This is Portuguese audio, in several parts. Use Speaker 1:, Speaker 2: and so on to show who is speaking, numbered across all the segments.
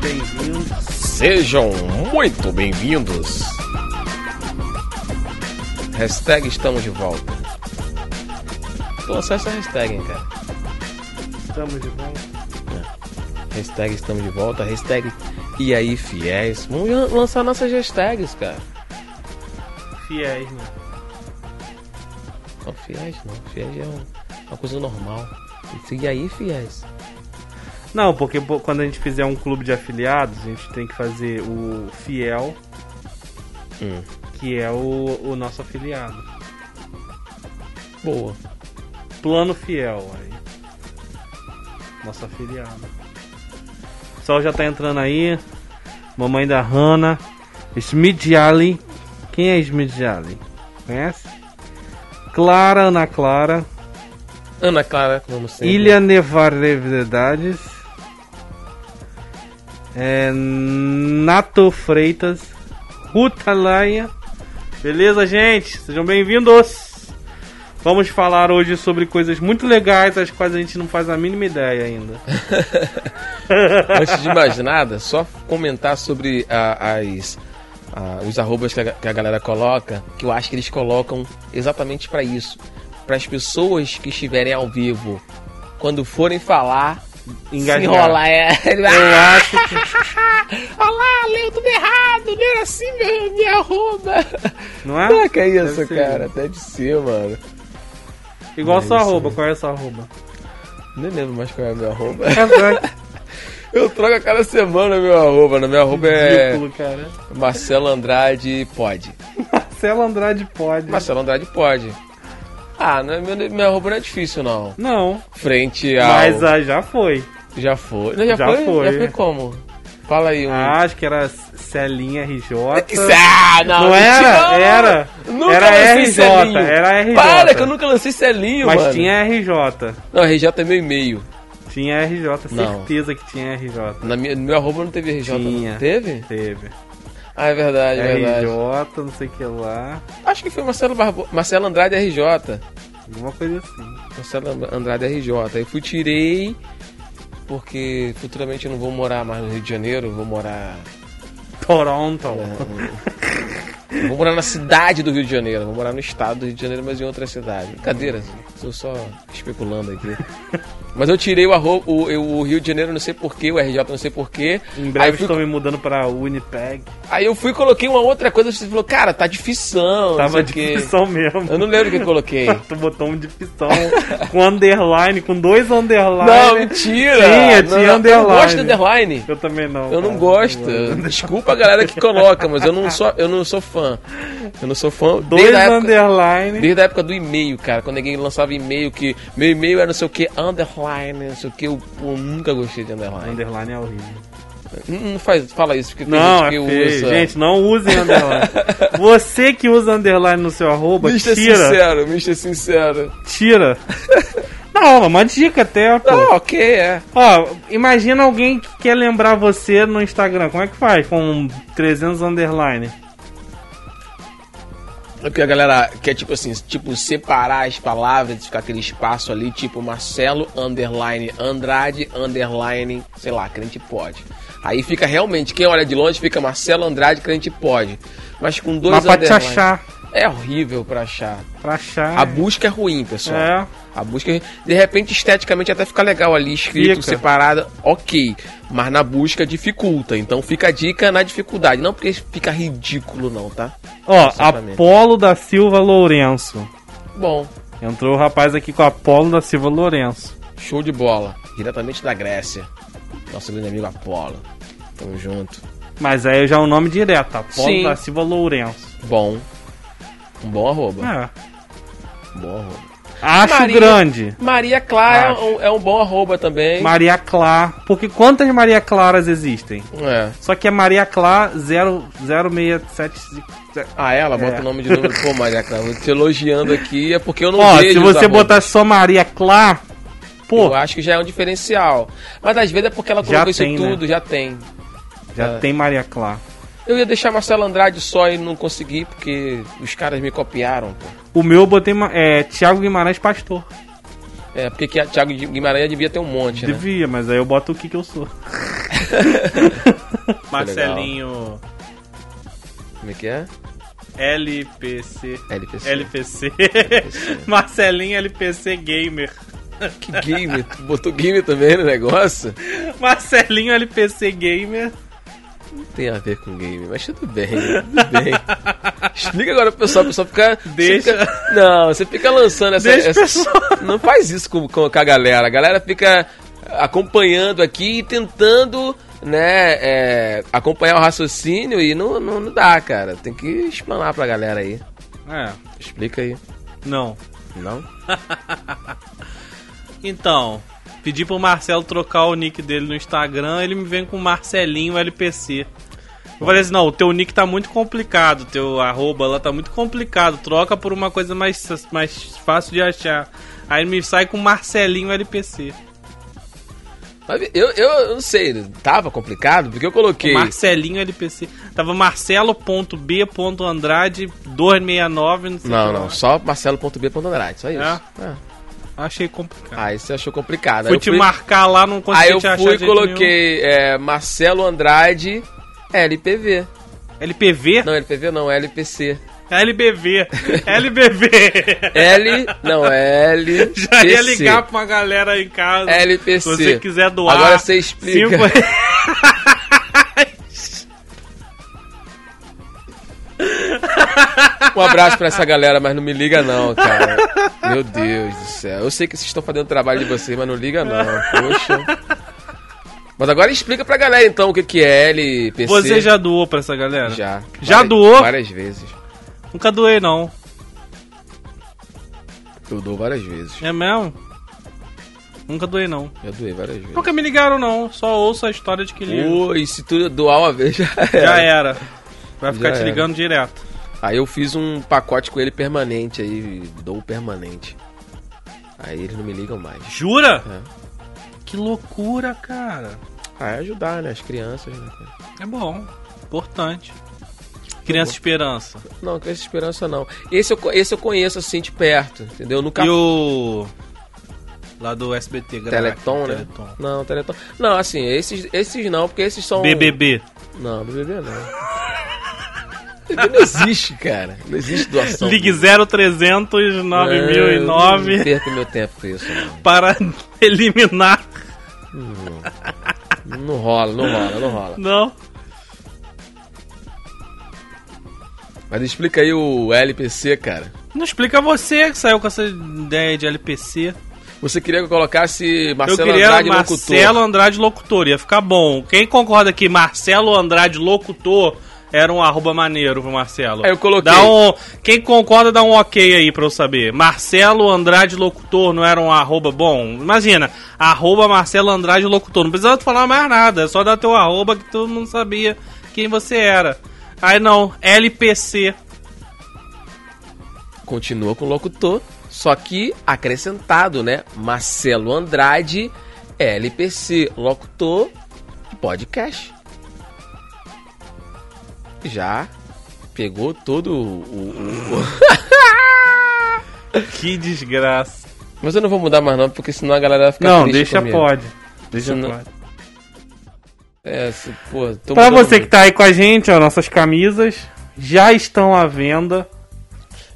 Speaker 1: bem-vindos.
Speaker 2: Sejam muito bem-vindos. Hashtag estamos de volta. Pô, só essa hashtag, hein, cara.
Speaker 1: Estamos de volta.
Speaker 2: Hashtag estamos de volta. Hashtag e aí, fiéis. Vamos lan- lançar nossas hashtags, cara.
Speaker 1: Fiéis, né?
Speaker 2: Não, fiéis não. Fiéis é um- uma coisa normal. E aí, fiéis.
Speaker 1: Não, porque pô, quando a gente fizer um clube de afiliados, a gente tem que fazer o fiel,
Speaker 2: Hum.
Speaker 1: que é o, o nosso afiliado.
Speaker 2: Boa.
Speaker 1: Plano fiel, aí. Nosso afiliado. O pessoal já tá entrando aí. Mamãe da Hannah. Smidjali. Quem é Smidjali? Conhece? Clara, Ana Clara.
Speaker 2: Ana Clara, como sempre.
Speaker 1: Ilha Nevarrevedades. É, Nato Freitas. Ruta Laia. Beleza, gente? Sejam bem-vindos! Vamos falar hoje sobre coisas muito legais, as quais a gente não faz a mínima ideia ainda.
Speaker 2: Antes de mais nada, só comentar sobre a- as, a- os arrobas que a, que a galera coloca, que eu acho que eles colocam exatamente pra isso. Para as pessoas que estiverem ao vivo, quando forem falar, se
Speaker 1: Engajar.
Speaker 2: enrolar é.
Speaker 1: Eu acho que
Speaker 2: Olha lá, leu tudo errado, não era assim meu, minha arroba.
Speaker 1: Não é?
Speaker 2: Ah, que é isso,
Speaker 1: Deve ser.
Speaker 2: cara? Deve ser, mano.
Speaker 1: Igual
Speaker 2: É
Speaker 1: sua
Speaker 2: isso
Speaker 1: arroba,
Speaker 2: aí.
Speaker 1: qual é sua arroba? É,
Speaker 2: Nem lembro mais qual é a minha arroba.
Speaker 1: Exato.
Speaker 2: Eu troco a cada semana meu arroba. né? Minha arroba é
Speaker 1: Ridículo, cara.
Speaker 2: Marcelo Andrade Pode.
Speaker 1: Marcelo Andrade pode.
Speaker 2: Marcelo Andraade pode. Ah, não é, meu, minha roupa não é difícil, não.
Speaker 1: Não,
Speaker 2: Frente ao...
Speaker 1: mas ah, já foi.
Speaker 2: Já foi. Não, já,
Speaker 1: Já
Speaker 2: foi?
Speaker 1: foi.
Speaker 2: Já foi como? Fala aí um...
Speaker 1: Ah, acho que era Celinha RJ.
Speaker 2: Ah, não,
Speaker 1: Não era?
Speaker 2: mentira, não.
Speaker 1: Era.
Speaker 2: Nunca
Speaker 1: Era
Speaker 2: lancei
Speaker 1: RJ,
Speaker 2: selinho.
Speaker 1: era RJ.
Speaker 2: Para, que eu nunca lancei selinho,
Speaker 1: Mas
Speaker 2: mano.
Speaker 1: tinha RJ.
Speaker 2: Não, RJ é meu e-mail.
Speaker 1: Tinha RJ,
Speaker 2: Não.
Speaker 1: certeza que tinha RJ.
Speaker 2: Na minha, no meu arroba não teve RJ,
Speaker 1: Tinha.
Speaker 2: não. Teve?
Speaker 1: Teve.
Speaker 2: Ah, é verdade, é verdade.
Speaker 1: RJ, não sei o que lá.
Speaker 2: Acho que foi Marcelo, Barbo... Marcelo Andrade RJ.
Speaker 1: Alguma coisa assim.
Speaker 2: Marcelo Andrade RJ. Eu fui, tirei, porque futuramente eu não vou morar mais no Rio de Janeiro, eu vou morar
Speaker 1: Toronto.
Speaker 2: É. Eu Vou morar na cidade do Rio de Janeiro, vou morar no estado do Rio de Janeiro, mas em outra cidade. Brincadeira, estou só especulando aqui. Mas eu tirei o, arro- o, eu- o Rio de Janeiro, não sei porquê, o RJ, não sei porquê.
Speaker 1: Em
Speaker 2: aí,
Speaker 1: breve
Speaker 2: fui-
Speaker 1: estou me mudando pra Winnipeg.
Speaker 2: aí eu fui e coloquei uma outra coisa, você falou, cara, tá difícil. não sei
Speaker 1: Tava
Speaker 2: o
Speaker 1: de
Speaker 2: quê.
Speaker 1: pissão mesmo.
Speaker 2: Eu não lembro o que eu coloquei.
Speaker 1: Tu botou um de pissão com underline, com dois underline.
Speaker 2: não, mentira!
Speaker 1: né? Tinha,
Speaker 2: Não,
Speaker 1: tinha
Speaker 2: Eu não gosto
Speaker 1: underline.
Speaker 2: de underline.
Speaker 1: Eu também não. cara.
Speaker 2: Eu não gosto. Desculpa a galera que coloca, mas eu não sou, eu não sou fã. Eu não sou fã.
Speaker 1: Dois
Speaker 2: desde a época-
Speaker 1: underline.
Speaker 2: Desde a época do e-mail, cara, quando ninguém lançava e-mail, que meu e-mail era não sei o que, underline, não sei o que, eu, pô, nunca gostei de underline.
Speaker 1: Underline é horrível.
Speaker 2: Não, não faz, fala isso, porque tem
Speaker 1: Não,
Speaker 2: gente
Speaker 1: é
Speaker 2: que
Speaker 1: feio.
Speaker 2: usa.
Speaker 1: Gente, não usem underline. Você que usa underline no seu arroba,
Speaker 2: me ser
Speaker 1: tira.
Speaker 2: sincero, me ser sincero.
Speaker 1: Tira. Não, uma dica até, pô.
Speaker 2: Ah, ok, é.
Speaker 1: Ó, imagina alguém que quer lembrar você no Instagram. Como é que faz com 300 underline?
Speaker 2: É porque a galera quer, tipo assim, tipo, separar as palavras, ficar aquele espaço ali, tipo, Marcelo, underline, Andrade, underline, sei lá, crente pode. Aí fica realmente, quem olha de longe fica Marcelo Andrade, crente pode. Mas com dois
Speaker 1: Mas pra te
Speaker 2: underline-
Speaker 1: achar.
Speaker 2: É horrível pra achar.
Speaker 1: Pra achar.
Speaker 2: A busca é ruim, pessoal.
Speaker 1: É.
Speaker 2: A busca, é- de repente, esteticamente até fica legal ali, escrito,
Speaker 1: Fica.
Speaker 2: separado, ok. Mas na busca dificulta. Então fica a dica na dificuldade. Não porque fica ridículo, não, tá?
Speaker 1: Ó,
Speaker 2: Exatamente.
Speaker 1: Apolo da Silva Lourenço.
Speaker 2: Bom,
Speaker 1: Entrou o rapaz aqui com Apolo da Silva Lourenço.
Speaker 2: show de bola. Diretamente da Grécia. Nosso grande amigo Apolo. Tamo junto.
Speaker 1: Mas aí já é o nome direto, Apolo
Speaker 2: Sim.
Speaker 1: da Silva Lourenço.
Speaker 2: Bom. Um bom arroba.
Speaker 1: É.
Speaker 2: Um bom arroba.
Speaker 1: Acho
Speaker 2: Maria-
Speaker 1: grande.
Speaker 2: Maria Clara é
Speaker 1: Acho.
Speaker 2: um, é um bom arroba também.
Speaker 1: Maria Clara. Porque quantas Maria Claras existem?
Speaker 2: É.
Speaker 1: Só que a Maria Clara 00675.
Speaker 2: Ah, ela bota
Speaker 1: É.
Speaker 2: o nome de número. Pô, Maria Clara, eu te elogiando aqui é porque eu não
Speaker 1: Ó,
Speaker 2: vejo
Speaker 1: se
Speaker 2: os
Speaker 1: você
Speaker 2: arrobas.
Speaker 1: botar só Maria Clara, pô,
Speaker 2: Eu acho que já é um diferencial. Mas às vezes é porque ela
Speaker 1: Já
Speaker 2: colocou isso
Speaker 1: tem, né?
Speaker 2: tudo, já tem.
Speaker 1: já
Speaker 2: é.
Speaker 1: tem Maria Clara.
Speaker 2: Eu ia deixar Marcelo Andrade só e não consegui, porque os caras me copiaram, pô.
Speaker 1: O meu eu botei ma- é, Tiago Guimarães Pastor.
Speaker 2: É, porque que a Thiago Guimarães devia ter um monte, né?
Speaker 1: Devia, mas aí eu boto o que que eu sou. Marcelinho
Speaker 2: Como é que é?
Speaker 1: LPC.
Speaker 2: LPC.
Speaker 1: LPC. Marcelinho LPC Gamer.
Speaker 2: Que game? Tu botou game também no negócio?
Speaker 1: Marcelinho LPC Gamer.
Speaker 2: Não tem a ver com game, mas tudo bem, tudo bem. Explica agora pro pessoal, o pessoal fica. você
Speaker 1: Deixa.
Speaker 2: fica- não, você fica lançando essa.
Speaker 1: Deixa o
Speaker 2: essa-
Speaker 1: pessoal.
Speaker 2: Não faz isso com, com, com a galera. A galera fica acompanhando aqui e tentando, né, é, acompanhar o raciocínio e não, não, não dá, cara. Tem que explanar pra galera aí.
Speaker 1: É,
Speaker 2: Explica aí.
Speaker 1: não.
Speaker 2: Não?
Speaker 1: Então, pedi pro Marcelo trocar o nick dele no Instagram, ele me vem com Marcelinho LPC. Eu falei assim, não, o teu nick tá muito complicado, teu arroba lá tá muito complicado, troca por uma coisa mais, mais fácil de achar. Aí ele me sai com Marcelinho LPC.
Speaker 2: Mas Eu, eu, eu não sei, tava complicado, porque eu coloquei.
Speaker 1: Marcelinho LPC. Tava marcelo.b.andrade269, não sei o
Speaker 2: Não,
Speaker 1: que lá.
Speaker 2: não, só marcelo.b.andrade, só isso.
Speaker 1: É?
Speaker 2: É.
Speaker 1: Achei complicado.
Speaker 2: Aí você achou complicado. Aí
Speaker 1: fui
Speaker 2: eu
Speaker 1: te marcar lá, não consegui
Speaker 2: Aí eu
Speaker 1: te achar
Speaker 2: fui e
Speaker 1: de jeito nenhum.
Speaker 2: coloquei é, Marcelo Andrade LPV.
Speaker 1: LPV?
Speaker 2: Não, LPV não, LPC.
Speaker 1: LBV. LBV.
Speaker 2: L, não, L.
Speaker 1: Já ia ligar pra uma galera em casa.
Speaker 2: LPC.
Speaker 1: Se você quiser doar.
Speaker 2: Agora você explica.
Speaker 1: cinco reais.
Speaker 2: Um abraço pra essa galera, mas não me liga não, cara. Meu Deus do céu. Eu sei que vocês estão fazendo o trabalho de vocês, mas não liga não. Poxa. Mas agora explica pra galera então o que que é LPC.
Speaker 1: Você já doou pra essa galera?
Speaker 2: Já.
Speaker 1: Já
Speaker 2: Várias-
Speaker 1: doou?
Speaker 2: Várias vezes.
Speaker 1: Nunca doei, não.
Speaker 2: Eu dou várias vezes.
Speaker 1: É mesmo? Nunca doei, não.
Speaker 2: Já doei várias vezes.
Speaker 1: Nunca me ligaram, não. Só ouço a história de que liga.
Speaker 2: Ui, se tu doar uma vez já era.
Speaker 1: Já é. era. Vai ficar
Speaker 2: Já
Speaker 1: te
Speaker 2: era.
Speaker 1: ligando direto.
Speaker 2: É. Aí eu fiz um pacote com ele permanente aí, dou permanente. Aí eles não me ligam mais.
Speaker 1: Jura?
Speaker 2: É.
Speaker 1: Que loucura, cara.
Speaker 2: Ah, é ajudar, né? As crianças, né? cara?
Speaker 1: É bom. Importante.
Speaker 2: Tá
Speaker 1: Criança Esperança.
Speaker 2: Não, criança esperança não. Esse eu, co- esse eu conheço assim de perto, entendeu? Nunca
Speaker 1: E o. Lá do SBT, galera.
Speaker 2: Teleton, né? Não, Teleton. Não, assim, esses, esses não, porque esses são.
Speaker 1: BBB.
Speaker 2: Não, BBB não. BBB não existe, cara. Não existe doação.
Speaker 1: Ligue 0300
Speaker 2: Eu não
Speaker 1: 9009
Speaker 2: perco meu tempo com isso, não.
Speaker 1: para eliminar.
Speaker 2: Não rola, não rola, não rola.
Speaker 1: Não.
Speaker 2: Mas explica aí o LPC, cara.
Speaker 1: Não explica você que saiu com essa ideia de LPC.
Speaker 2: Você queria que eu colocasse
Speaker 1: Eu
Speaker 2: Marcelo
Speaker 1: queria
Speaker 2: Andrade
Speaker 1: Marcelo
Speaker 2: locutor.
Speaker 1: Andrade Locutor, ia ficar bom. Quem concorda que Marcelo Andrade Locutor era um arroba maneiro pro Marcelo?
Speaker 2: Aí É, eu coloquei.
Speaker 1: Dá um, quem concorda, dá um ok aí pra eu saber. Marcelo Andrade Locutor não era um arroba bom? Imagina, arroba Marcelo Andrade Locutor. Não precisava tu falar mais nada, é só dar teu arroba que todo mundo sabia quem você era. Aí não, LPC.
Speaker 2: Continua com locutor, só que acrescentado, né? Marcelo Andrade, LPC, locutor de podcast. Já pegou todo o... o- o-
Speaker 1: Que desgraça.
Speaker 2: Mas eu não vou mudar mais não, porque senão a galera vai ficar
Speaker 1: Não,
Speaker 2: triste
Speaker 1: deixa
Speaker 2: comigo.
Speaker 1: pode. Tá Deixa
Speaker 2: Senão-
Speaker 1: pode.
Speaker 2: É, se, pô, tô
Speaker 1: Pra
Speaker 2: mudando
Speaker 1: você que
Speaker 2: muito.
Speaker 1: tá aí com a gente, ó, nossas camisas já estão à venda.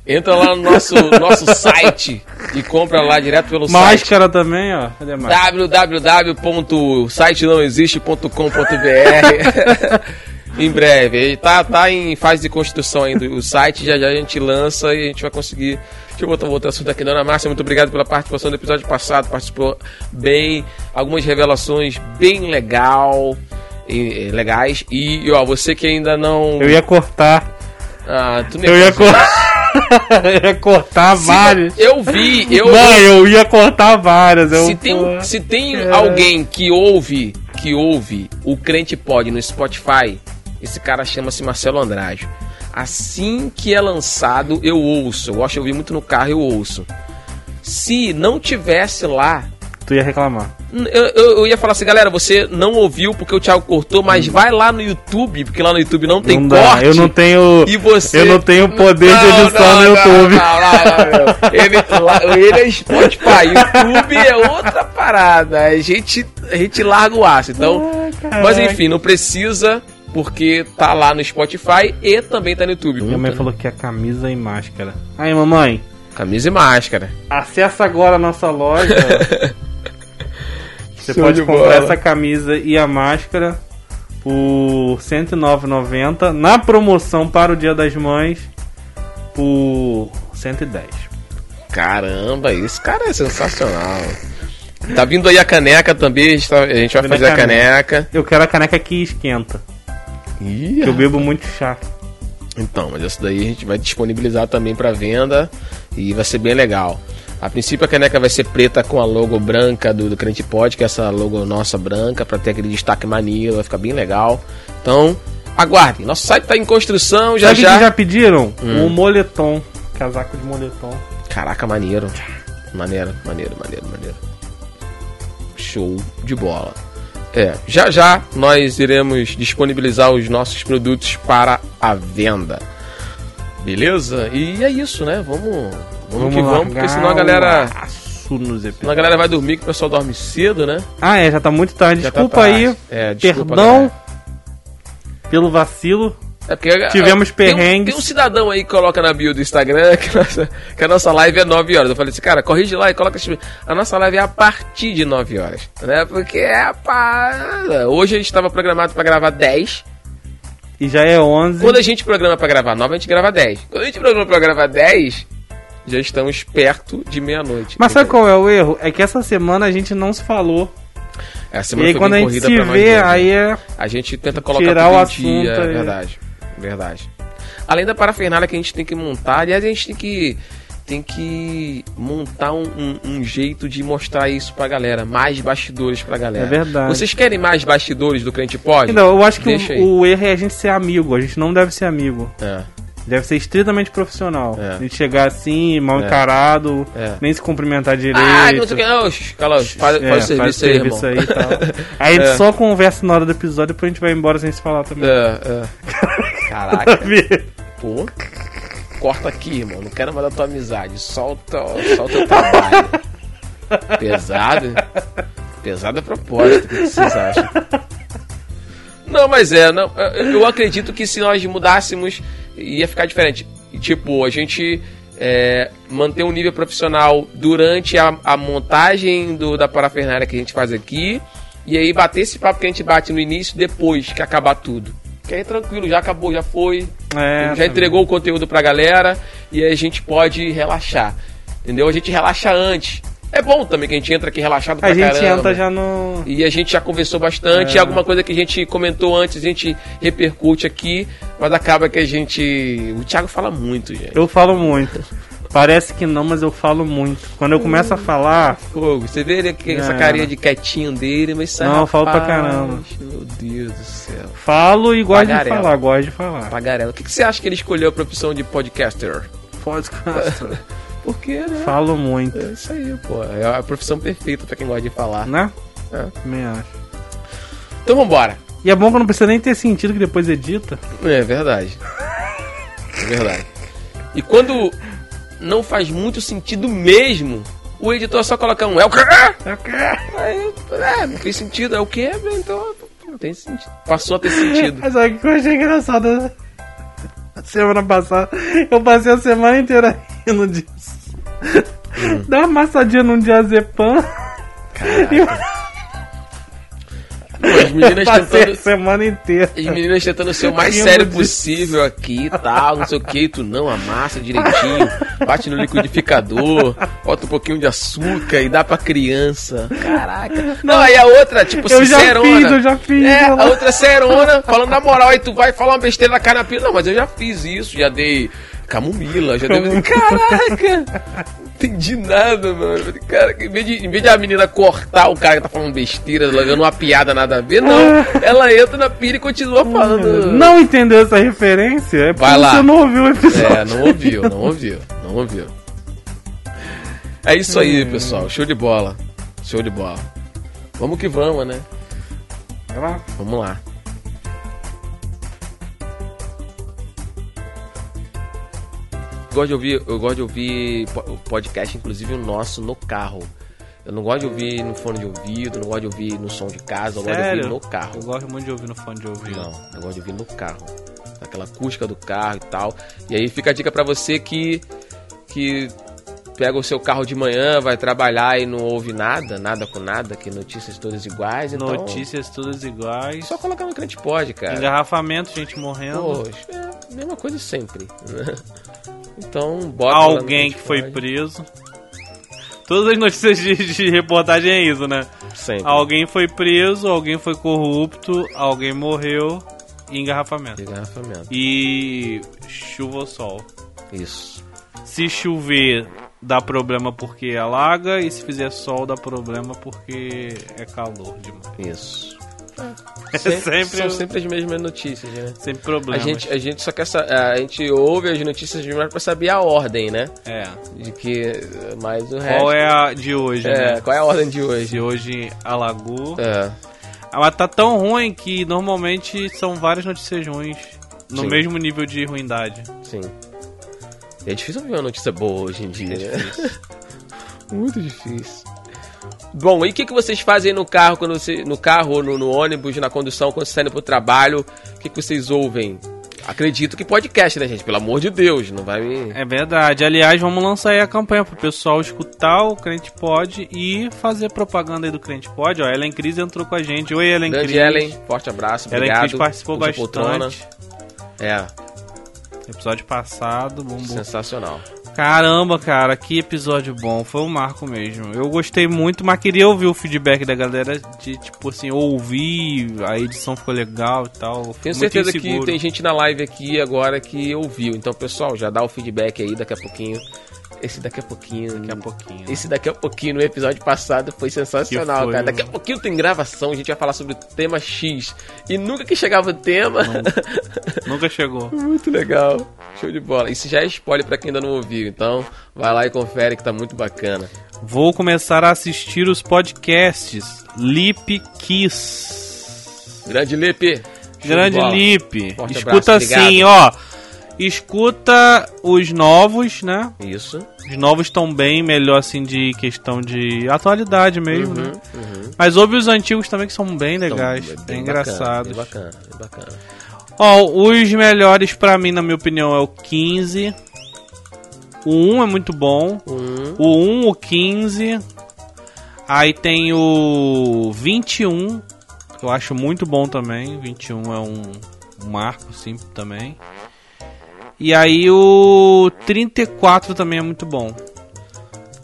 Speaker 2: Entra lá no nosso, nosso site e compra lá direto pelo site. Tá
Speaker 1: Máscara também, ó. Cadê a máscara?
Speaker 2: www.sitenãoexiste.com.br Em breve. Ele tá, tá em fase de construção ainda o site, já já a gente lança e a gente vai conseguir. Deixa eu botar um outro assunto aqui. Dona Márcia, muito obrigado pela participação do episódio passado, participou bem, algumas revelações bem legal, e- e legais. E, ó, você que ainda não...
Speaker 1: Eu ia cortar.
Speaker 2: Ah, tu nem
Speaker 1: Eu ia cortar. eu ia cortar várias.
Speaker 2: Eu vi, eu...
Speaker 1: Não, eu ia cortar várias. Eu,
Speaker 2: se tem, um-
Speaker 1: pô,
Speaker 2: se tem alguém que ouve, que ouve o Crente Pod no Spotify, esse cara chama-se Marcelo Andrade. Assim que é lançado, eu ouço. Eu acho que eu vi muito no carro, eu ouço. Se não tivesse lá,
Speaker 1: Tu ia reclamar.
Speaker 2: Eu, eu, eu ia falar assim, galera, você não ouviu porque o Thiago cortou, mas vai lá no YouTube, porque lá no YouTube não tem
Speaker 1: não dá,
Speaker 2: corte.
Speaker 1: eu não tenho.
Speaker 2: E você.
Speaker 1: Eu não tenho poder de
Speaker 2: Não,
Speaker 1: edição
Speaker 2: não,
Speaker 1: no
Speaker 2: não,
Speaker 1: YouTube.
Speaker 2: não, não, não, não. Ele, lá- ele é Spotify, YouTube é outra parada. A gente, a gente larga o aço. Então, mas enfim, não precisa, porque tá lá no Spotify e também tá no YouTube.
Speaker 1: Minha mãe falou que é camisa e máscara. Aí, mamãe,
Speaker 2: Camisa e máscara.
Speaker 1: acessa agora a nossa loja. Você
Speaker 2: Show
Speaker 1: pode
Speaker 2: de
Speaker 1: comprar
Speaker 2: bola.
Speaker 1: essa camisa e a máscara por R$ 109,90. Na promoção para o Dia das Mães, por 110.
Speaker 2: Caramba, esse cara é sensacional. Tá vindo aí a caneca também, a gente, tá- a gente vai
Speaker 1: Vindo a
Speaker 2: fazer a caneca.
Speaker 1: Eu quero a caneca que esquenta.
Speaker 2: Ih,
Speaker 1: que Eu bebo muito chá.
Speaker 2: Então, mas essa daí a gente vai disponibilizar também para venda e vai ser bem legal. A princípio a caneca vai ser preta com a logo branca do, do Crente Pod, que é essa logo nossa branca, para ter aquele destaque maneiro, vai ficar bem legal. Então, aguardem. Nosso site tá em construção, já
Speaker 1: Sabe o
Speaker 2: já.
Speaker 1: que já pediram?
Speaker 2: Hum.
Speaker 1: Um moletom. Casaco de moletom.
Speaker 2: Caraca, maneiro. Maneiro, maneiro, maneiro, maneiro. Show de bola. É, já já nós iremos disponibilizar os nossos produtos para a venda. Beleza? E é isso, né? Vamos, vamos, que vamos, porque senão a galera,
Speaker 1: Aço nos
Speaker 2: senão a
Speaker 1: episódios.
Speaker 2: galera vai dormir, que o pessoal dorme cedo, né?
Speaker 1: Ah, é, já tá muito tarde.
Speaker 2: Já tá
Speaker 1: Desculpa
Speaker 2: tarde.
Speaker 1: aí.
Speaker 2: É, desculpa,
Speaker 1: Perdão
Speaker 2: galera.
Speaker 1: pelo vacilo.
Speaker 2: É porque,
Speaker 1: Tivemos
Speaker 2: tem um-
Speaker 1: perrengues.
Speaker 2: Tem um cidadão aí que coloca na bio do Instagram que, nossa- que a nossa live é 9 horas. Eu falei assim, cara, corrige lá e coloca. esse- A nossa live é a partir de 9 horas. Né? Porque é para. Hoje a gente estava programado para gravar 10.
Speaker 1: E já é 11.
Speaker 2: Quando a gente programa para gravar 9, a gente grava 10. Quando a gente programa para gravar 10, já estamos perto de meia-noite.
Speaker 1: Mas sabe qual é o erro? É que essa semana a gente não se falou.
Speaker 2: É, a
Speaker 1: E
Speaker 2: semana
Speaker 1: aí
Speaker 2: foi
Speaker 1: quando a
Speaker 2: bem
Speaker 1: gente
Speaker 2: corrida
Speaker 1: se
Speaker 2: pra nós
Speaker 1: vê,
Speaker 2: dois, né?
Speaker 1: aí é.
Speaker 2: A gente tenta colocar
Speaker 1: Tirar
Speaker 2: tudo
Speaker 1: o
Speaker 2: em
Speaker 1: assunto
Speaker 2: dia,
Speaker 1: aí.
Speaker 2: verdade, verdade. Além da parafernália que a gente tem que montar, aliás, a gente tem que tem que montar um, um- um jeito de mostrar isso pra galera, mais bastidores pra galera.
Speaker 1: É verdade.
Speaker 2: Vocês querem mais bastidores do Crente Pode?
Speaker 1: Não, Então, eu acho que
Speaker 2: Deixa aí.
Speaker 1: o, o erro é a gente ser amigo. A gente não deve ser amigo.
Speaker 2: É,
Speaker 1: Deve ser estritamente profissional.
Speaker 2: É.
Speaker 1: A gente chegar assim, mal
Speaker 2: É.
Speaker 1: encarado,
Speaker 2: É.
Speaker 1: nem se cumprimentar direito.
Speaker 2: Ah, não sei o que. Não, shh, cala, faz, faz
Speaker 1: É,
Speaker 2: o serviço aí, irmão.
Speaker 1: aí e tal. Aí a gente só conversa na hora do episódio e depois a gente vai embora sem se falar também.
Speaker 2: É, é. Caraca, pô. Corta aqui, irmão. Não quero mais da tua amizade. Solta, solta o trabalho. Pesado. Pesada proposta. O que vocês acham? Não, mas é. Não, eu eu acredito que se nós mudássemos, ia ficar diferente. E, Tipo, a gente é, manter um nível profissional durante a, a montagem do, da parafernália que a gente faz aqui. E aí bater esse papo que a gente bate no início, depois que acabar tudo. Que aí tranquilo, já acabou, já foi.
Speaker 1: É,
Speaker 2: já
Speaker 1: tá
Speaker 2: entregou o conteúdo pra galera e aí a gente pode relaxar. Entendeu? A gente relaxa antes. É bom também que a gente entra aqui relaxado pra
Speaker 1: A gente
Speaker 2: caramba. né?
Speaker 1: entra já É. no.
Speaker 2: E a gente já conversou bastante, e alguma coisa que a gente comentou antes, a gente repercute aqui, mas acaba que a gente. O Thiago fala muito, gente.
Speaker 1: Eu falo muito. Parece que não, mas eu falo muito. Quando eu começo a falar,
Speaker 2: Fogo. Você vê ele aqui, essa
Speaker 1: É.
Speaker 2: carinha de quietinho dele, mas sai.
Speaker 1: Não, eu falo pra
Speaker 2: rapaz,
Speaker 1: caramba.
Speaker 2: Meu Deus do céu.
Speaker 1: falo e gosto de
Speaker 2: Tagarela.
Speaker 1: falar, gosto de falar.
Speaker 2: Pagarela. O que, que você acha que ele escolheu a profissão de podcaster? Porque, né?
Speaker 1: falo muito,
Speaker 2: É isso aí, pô. É a profissão perfeita pra quem gosta de falar.
Speaker 1: né?
Speaker 2: É.
Speaker 1: Também acho.
Speaker 2: Então vambora.
Speaker 1: E é bom que não precisa nem ter sentido que depois edita.
Speaker 2: É verdade. É verdade. E quando não faz muito sentido mesmo, o editor só coloca um é o quê? Aí, é, não fez sentido, é o quê? Então, não tem sentido. Passou a ter sentido.
Speaker 1: Mas sabe o que eu achei engraçado? Semana passada, eu passei a semana inteira rindo disso.
Speaker 2: Hum.
Speaker 1: Dá uma amassadinha num diazepam.
Speaker 2: As meninas
Speaker 1: Passei
Speaker 2: tentando.
Speaker 1: a semana inteira.
Speaker 2: As meninas tentando ser o mais
Speaker 1: Rindo
Speaker 2: sério
Speaker 1: disso.
Speaker 2: possível aqui e tal, não sei o que, tu não, amassa direitinho, bate no liquidificador, bota um pouquinho de açúcar e dá pra criança. Caraca. Não, aí a outra, tipo,
Speaker 1: Eu já
Speaker 2: sincerona.
Speaker 1: fiz, eu já fiz.
Speaker 2: É,
Speaker 1: ela-
Speaker 2: a outra serona, falando na moral, aí tu vai falar uma besteira na cara na pila. Não, mas eu já fiz isso, já dei camomila, já dei.
Speaker 1: Camomila.
Speaker 2: Caraca! Não entendi nada, mano. Eu falei, Cara, em vez, de, em vez de a menina cortar o cara que tá falando besteira, levando uma piada nada a ver, não. Ela entra na pilha e continua tá falando.
Speaker 1: Não entendeu essa referência? É
Speaker 2: Vai
Speaker 1: porque
Speaker 2: lá.
Speaker 1: você não ouviu o episódio.
Speaker 2: É, não ouviu, não ouviu, não ouviu. É isso aí, pessoal. Show de bola. Show de bola. Vamos que vamos, né?
Speaker 1: Vai lá.
Speaker 2: Vamos lá. Eu gosto de ouvir, eu gosto de ouvir po- podcast, inclusive o nosso, no carro. Eu não gosto de ouvir no fone de ouvido, não gosto de ouvir no som de casa, eu
Speaker 1: Sério?
Speaker 2: gosto de ouvir no carro.
Speaker 1: Eu gosto muito de ouvir no fone de ouvido.
Speaker 2: Não, eu gosto de ouvir no carro. Aquela acústica do carro e tal. E aí fica a dica pra você que que pega o seu carro de manhã, vai trabalhar e não ouve nada, nada com nada, que notícias todas iguais, então
Speaker 1: Notícias todas iguais.
Speaker 2: só colocar no crente pode, cara.
Speaker 1: Engarrafamento, gente morrendo.
Speaker 2: Poxa, é a mesma coisa sempre. né? Então, bota lá no
Speaker 1: Alguém que
Speaker 2: crente
Speaker 1: foi
Speaker 2: pode.
Speaker 1: preso. Todas as notícias de, de reportagem é isso, né?
Speaker 2: sempre.
Speaker 1: Alguém foi preso, alguém foi corrupto, alguém morreu e engarrafamento.
Speaker 2: De garrafamento.
Speaker 1: E chuva ou sol.
Speaker 2: Isso.
Speaker 1: Se chover, dá problema porque alaga, e se fizer sol, dá problema porque é calor demais.
Speaker 2: Isso.
Speaker 1: É sempre-
Speaker 2: São sempre as mesmas notícias, né?
Speaker 1: Sempre
Speaker 2: A
Speaker 1: problema.
Speaker 2: gente, a gente só quer sa- a gente ouve as notícias demais pra saber a ordem, né?
Speaker 1: É.
Speaker 2: De que mais o resto.
Speaker 1: Qual é a de hoje,
Speaker 2: É,
Speaker 1: né?
Speaker 2: qual é a ordem de hoje?
Speaker 1: De hoje alagou.
Speaker 2: É,
Speaker 1: Ah, Mas tá tão ruim que normalmente são várias notícias ruins. No
Speaker 2: Sim.
Speaker 1: mesmo nível de ruindade.
Speaker 2: sim. É difícil ouvir uma notícia boa hoje em dia,
Speaker 1: É
Speaker 2: né? Muito difícil. Bom, e o que, que vocês fazem no carro, quando você, no carro, ou no, no ônibus, na condução, quando vocês saem pro trabalho? O que, que vocês ouvem? Acredito que podcast, né, gente? Pelo amor de Deus, não vai me.
Speaker 1: É verdade. Aliás, vamos lançar aí a campanha pro pessoal escutar o Crente Pod e fazer propaganda aí do Crente Pod. Ó, Ellen Cris entrou com a gente. Oi, Ellen
Speaker 2: Grande
Speaker 1: Cris.
Speaker 2: Ellen, forte abraço,
Speaker 1: Ellen
Speaker 2: obrigado.
Speaker 1: Cris é participou
Speaker 2: Usa
Speaker 1: bastante.
Speaker 2: poltrona. É,
Speaker 1: Episódio passado, bombou.
Speaker 2: sensacional.
Speaker 1: Caramba, cara, que episódio bom. Foi um marco mesmo. Eu gostei muito, mas queria ouvir o feedback da galera de, tipo assim, ouvir, a edição ficou legal e tal. Fico
Speaker 2: Tenho
Speaker 1: muito
Speaker 2: certeza que
Speaker 1: inseguro.
Speaker 2: tem gente na live aqui agora que ouviu. Então, pessoal, já dá o feedback aí daqui a pouquinho. Esse daqui a pouquinho. né?
Speaker 1: Daqui a pouquinho.
Speaker 2: Esse daqui a pouquinho no episódio passado foi sensacional,
Speaker 1: Que foi, um-
Speaker 2: cara. Daqui a
Speaker 1: mano.
Speaker 2: pouquinho tem gravação, a gente vai falar sobre o tema X. E nunca que chegava o tema.
Speaker 1: Nunca chegou.
Speaker 2: muito legal. Show de bola. Isso já é spoiler pra quem ainda não ouviu. Então, vai lá e confere que tá muito bacana.
Speaker 1: Vou começar a assistir os podcasts. Lip Kiss.
Speaker 2: Grande Lipe.
Speaker 1: Grande Lip.
Speaker 2: Forte
Speaker 1: Escuta
Speaker 2: abraço,
Speaker 1: assim, ó. Escuta os novos, né?
Speaker 2: Isso.
Speaker 1: Os novos estão bem melhor, assim, de questão de atualidade mesmo, né?
Speaker 2: Uhum.
Speaker 1: Mas houve os antigos também que são bem
Speaker 2: Então,
Speaker 1: legais, bem, engraçados.
Speaker 2: Bacana, bem bacana, bem bacana.
Speaker 1: Ó, os melhores pra mim, na minha opinião, é o 15. O 1 é muito bom.
Speaker 2: Um,
Speaker 1: O 1, o 15. Aí tem o 21, que eu acho muito bom também. 21 é um, um marco, sim, também. E aí o 34 também é muito bom.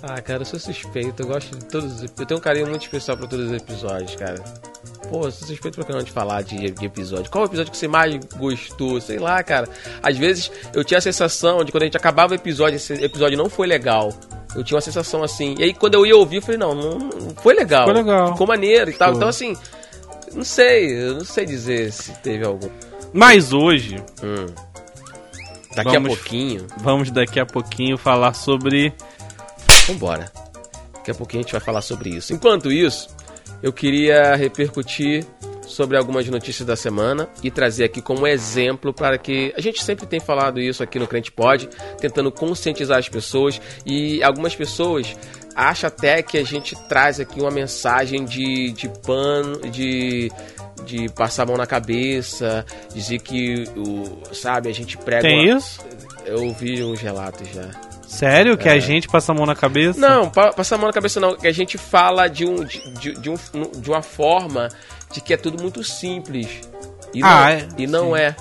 Speaker 2: Ah, cara, eu sou suspeito. Eu gosto de todos. os ep- Eu tenho um carinho muito especial pra todos os episódios, cara. Pô, eu sou suspeito pra caramba de falar de, de episódio. Qual o episódio que você mais gostou? Sei lá, cara. Às vezes eu tinha a sensação de quando a gente acabava o episódio, esse episódio não foi legal. Eu tinha uma sensação assim. E aí quando eu ia ouvir, eu falei, não, não, não foi legal.
Speaker 1: Foi legal.
Speaker 2: Ficou maneiro e tal.
Speaker 1: Foi.
Speaker 2: Então, assim, não sei. Eu não sei dizer se teve algum.
Speaker 1: Mas hoje,
Speaker 2: Hum. Daqui
Speaker 1: Vamos-
Speaker 2: a pouquinho.
Speaker 1: vamos daqui a pouquinho falar sobre.
Speaker 2: Vambora. Daqui a pouquinho a gente vai falar sobre isso. Enquanto isso, eu queria repercutir sobre algumas notícias da semana e trazer aqui como exemplo para que a gente sempre tem falado isso aqui no Crente Pod, tentando conscientizar as pessoas e algumas pessoas acham até que a gente traz aqui uma mensagem de, de pano, de, de passar a mão na cabeça, dizer que, o, sabe, a gente prega...
Speaker 1: Tem
Speaker 2: uma-
Speaker 1: isso?
Speaker 2: Eu ouvi uns relatos já.
Speaker 1: Sério? Que a gente passa a mão na cabeça?
Speaker 2: É. Não, pa- passar a mão na cabeça não. Que a gente fala de, um, de, de- de um, de uma forma de que é tudo muito simples. E não,
Speaker 1: Ah, é.
Speaker 2: e não
Speaker 1: Sim.
Speaker 2: é.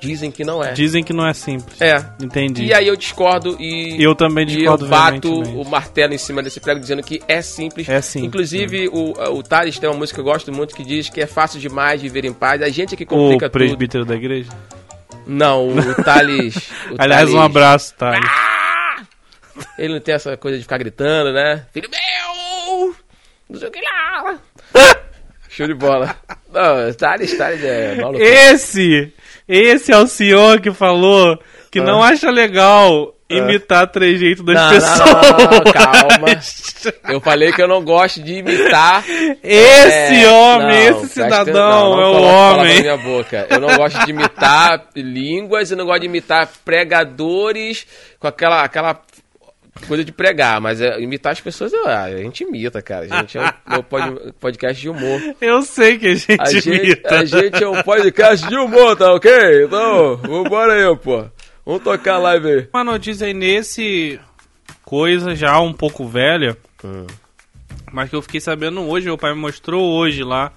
Speaker 2: Dizem que não é.
Speaker 1: Dizem que não é simples.
Speaker 2: É.
Speaker 1: Entendi.
Speaker 2: E aí eu discordo e.
Speaker 1: Eu também
Speaker 2: e
Speaker 1: discordo
Speaker 2: eu bato
Speaker 1: veementemente.
Speaker 2: o martelo em cima desse prego dizendo que é simples.
Speaker 1: É simples,
Speaker 2: Inclusive, o, o Thales tem uma música que eu gosto muito que diz que é fácil demais viver em paz. A gente é que complica
Speaker 1: Hum. O
Speaker 2: tudo.
Speaker 1: presbítero da igreja?
Speaker 2: Não, o Thales. Ah, o
Speaker 1: Aliás, um
Speaker 2: Thales-
Speaker 1: abraço, tá?
Speaker 2: Ele não tem essa coisa de ficar gritando, né? Filho meu! Não sei o que lá! Show de bola. Não, Thales, Thales é maluco.
Speaker 1: Esse, esse é o senhor que falou que não acha legal imitar trejeito das
Speaker 2: Ah. Não, não,
Speaker 1: pessoas.
Speaker 2: não, não, não, calma. Eu falei que eu não gosto de imitar.
Speaker 1: Esse
Speaker 2: é,
Speaker 1: homem,
Speaker 2: não,
Speaker 1: esse
Speaker 2: presta-
Speaker 1: cidadão
Speaker 2: não, não
Speaker 1: é o
Speaker 2: coloque palavra
Speaker 1: homem.
Speaker 2: Na minha boca. Eu não gosto de imitar línguas, eu não gosto de imitar pregadores com aquela, aquela coisa de pregar, mas é, imitar as pessoas, eu- ah, a gente imita, cara. A gente é um, é um pod- podcast de humor.
Speaker 1: Eu sei que a gente,
Speaker 2: A gente,
Speaker 1: imita.
Speaker 2: a gente é um podcast de humor, tá ok? Então, vambora aí, pô. Vamos tocar a live aí.
Speaker 1: Uma notícia aí nesse coisa já um pouco velha, mas que eu fiquei sabendo hoje, meu pai me mostrou hoje lá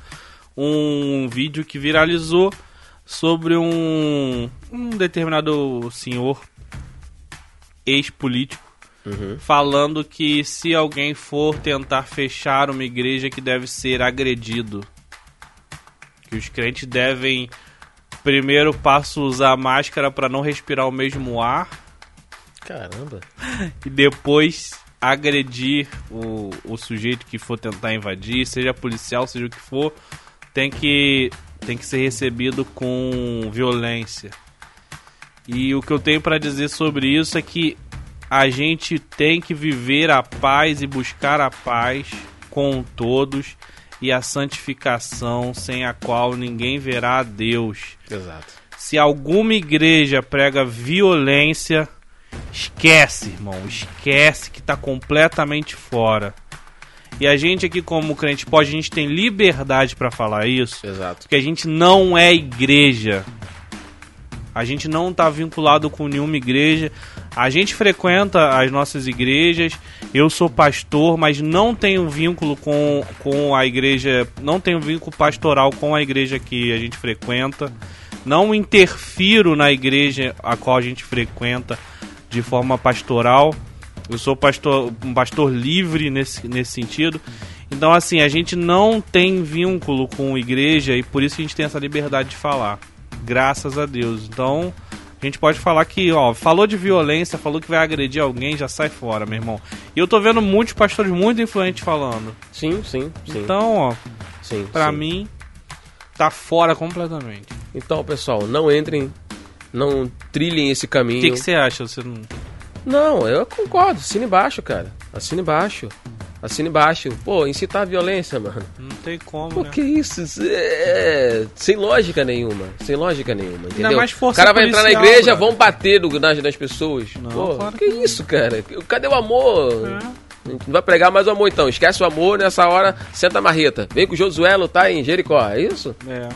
Speaker 1: um vídeo que viralizou sobre um, um determinado senhor ex-político falando que se alguém for tentar fechar uma igreja que deve ser agredido. Que os crentes devem primeiro passo usar máscara para não respirar o mesmo ar
Speaker 2: Caramba.
Speaker 1: e depois agredir o, o sujeito que for tentar invadir, seja policial, seja o que for, tem que, tem que ser recebido com violência. E o que eu tenho pra dizer sobre isso é que a gente tem que viver a paz e buscar a paz com todos e a santificação sem a qual ninguém verá a Deus.
Speaker 2: Exato.
Speaker 1: Se alguma igreja prega violência, esquece, irmão. Esquece que tá completamente fora. E a gente aqui, como crente, pode, a gente tem liberdade pra falar isso.
Speaker 2: Exato.
Speaker 1: Porque a gente não é igreja. A gente não tá vinculado com nenhuma igreja. A gente frequenta as nossas igrejas. Eu sou pastor, mas não tenho vínculo com, com a igreja. Não tenho vínculo pastoral com a igreja que a gente frequenta. Não interfiro na igreja a qual a gente frequenta de forma pastoral. Eu sou pastor, um pastor livre nesse, nesse sentido. Então, assim, a gente não tem vínculo com igreja e por isso que a gente tem essa liberdade de falar. Graças a Deus. Então, a gente pode falar que, ó, falou de violência, falou que vai agredir alguém, já sai fora, meu irmão. E eu tô vendo muitos pastores muito influentes falando.
Speaker 2: Sim, sim, sim.
Speaker 1: Então, ó,
Speaker 2: sim,
Speaker 1: pra
Speaker 2: sim.
Speaker 1: mim, tá fora completamente.
Speaker 2: Então, pessoal, não entrem, não trilhem esse
Speaker 1: O
Speaker 2: caminho.
Speaker 1: que que você acha? Você não...
Speaker 2: Não, eu concordo. Assina embaixo, cara. Assina embaixo. Assina embaixo. Pô, incitar a violência, mano.
Speaker 1: não tem como,
Speaker 2: Pô,
Speaker 1: né?
Speaker 2: que isso? Isso É... Sem lógica nenhuma. Sem lógica nenhuma, entendeu?
Speaker 1: mais força
Speaker 2: o cara vai entrar
Speaker 1: policial,
Speaker 2: na igreja,
Speaker 1: brother.
Speaker 2: vão bater no- nas, nas pessoas.
Speaker 1: Não,
Speaker 2: Pô,
Speaker 1: claro
Speaker 2: que
Speaker 1: que não.
Speaker 2: isso, cara? Cadê o amor?
Speaker 1: É.
Speaker 2: A gente não vai pregar mais o amor, então. Esquece o amor, nessa hora, senta a marreta. Vem com o Josué lutar em Jericó. É isso?
Speaker 1: É.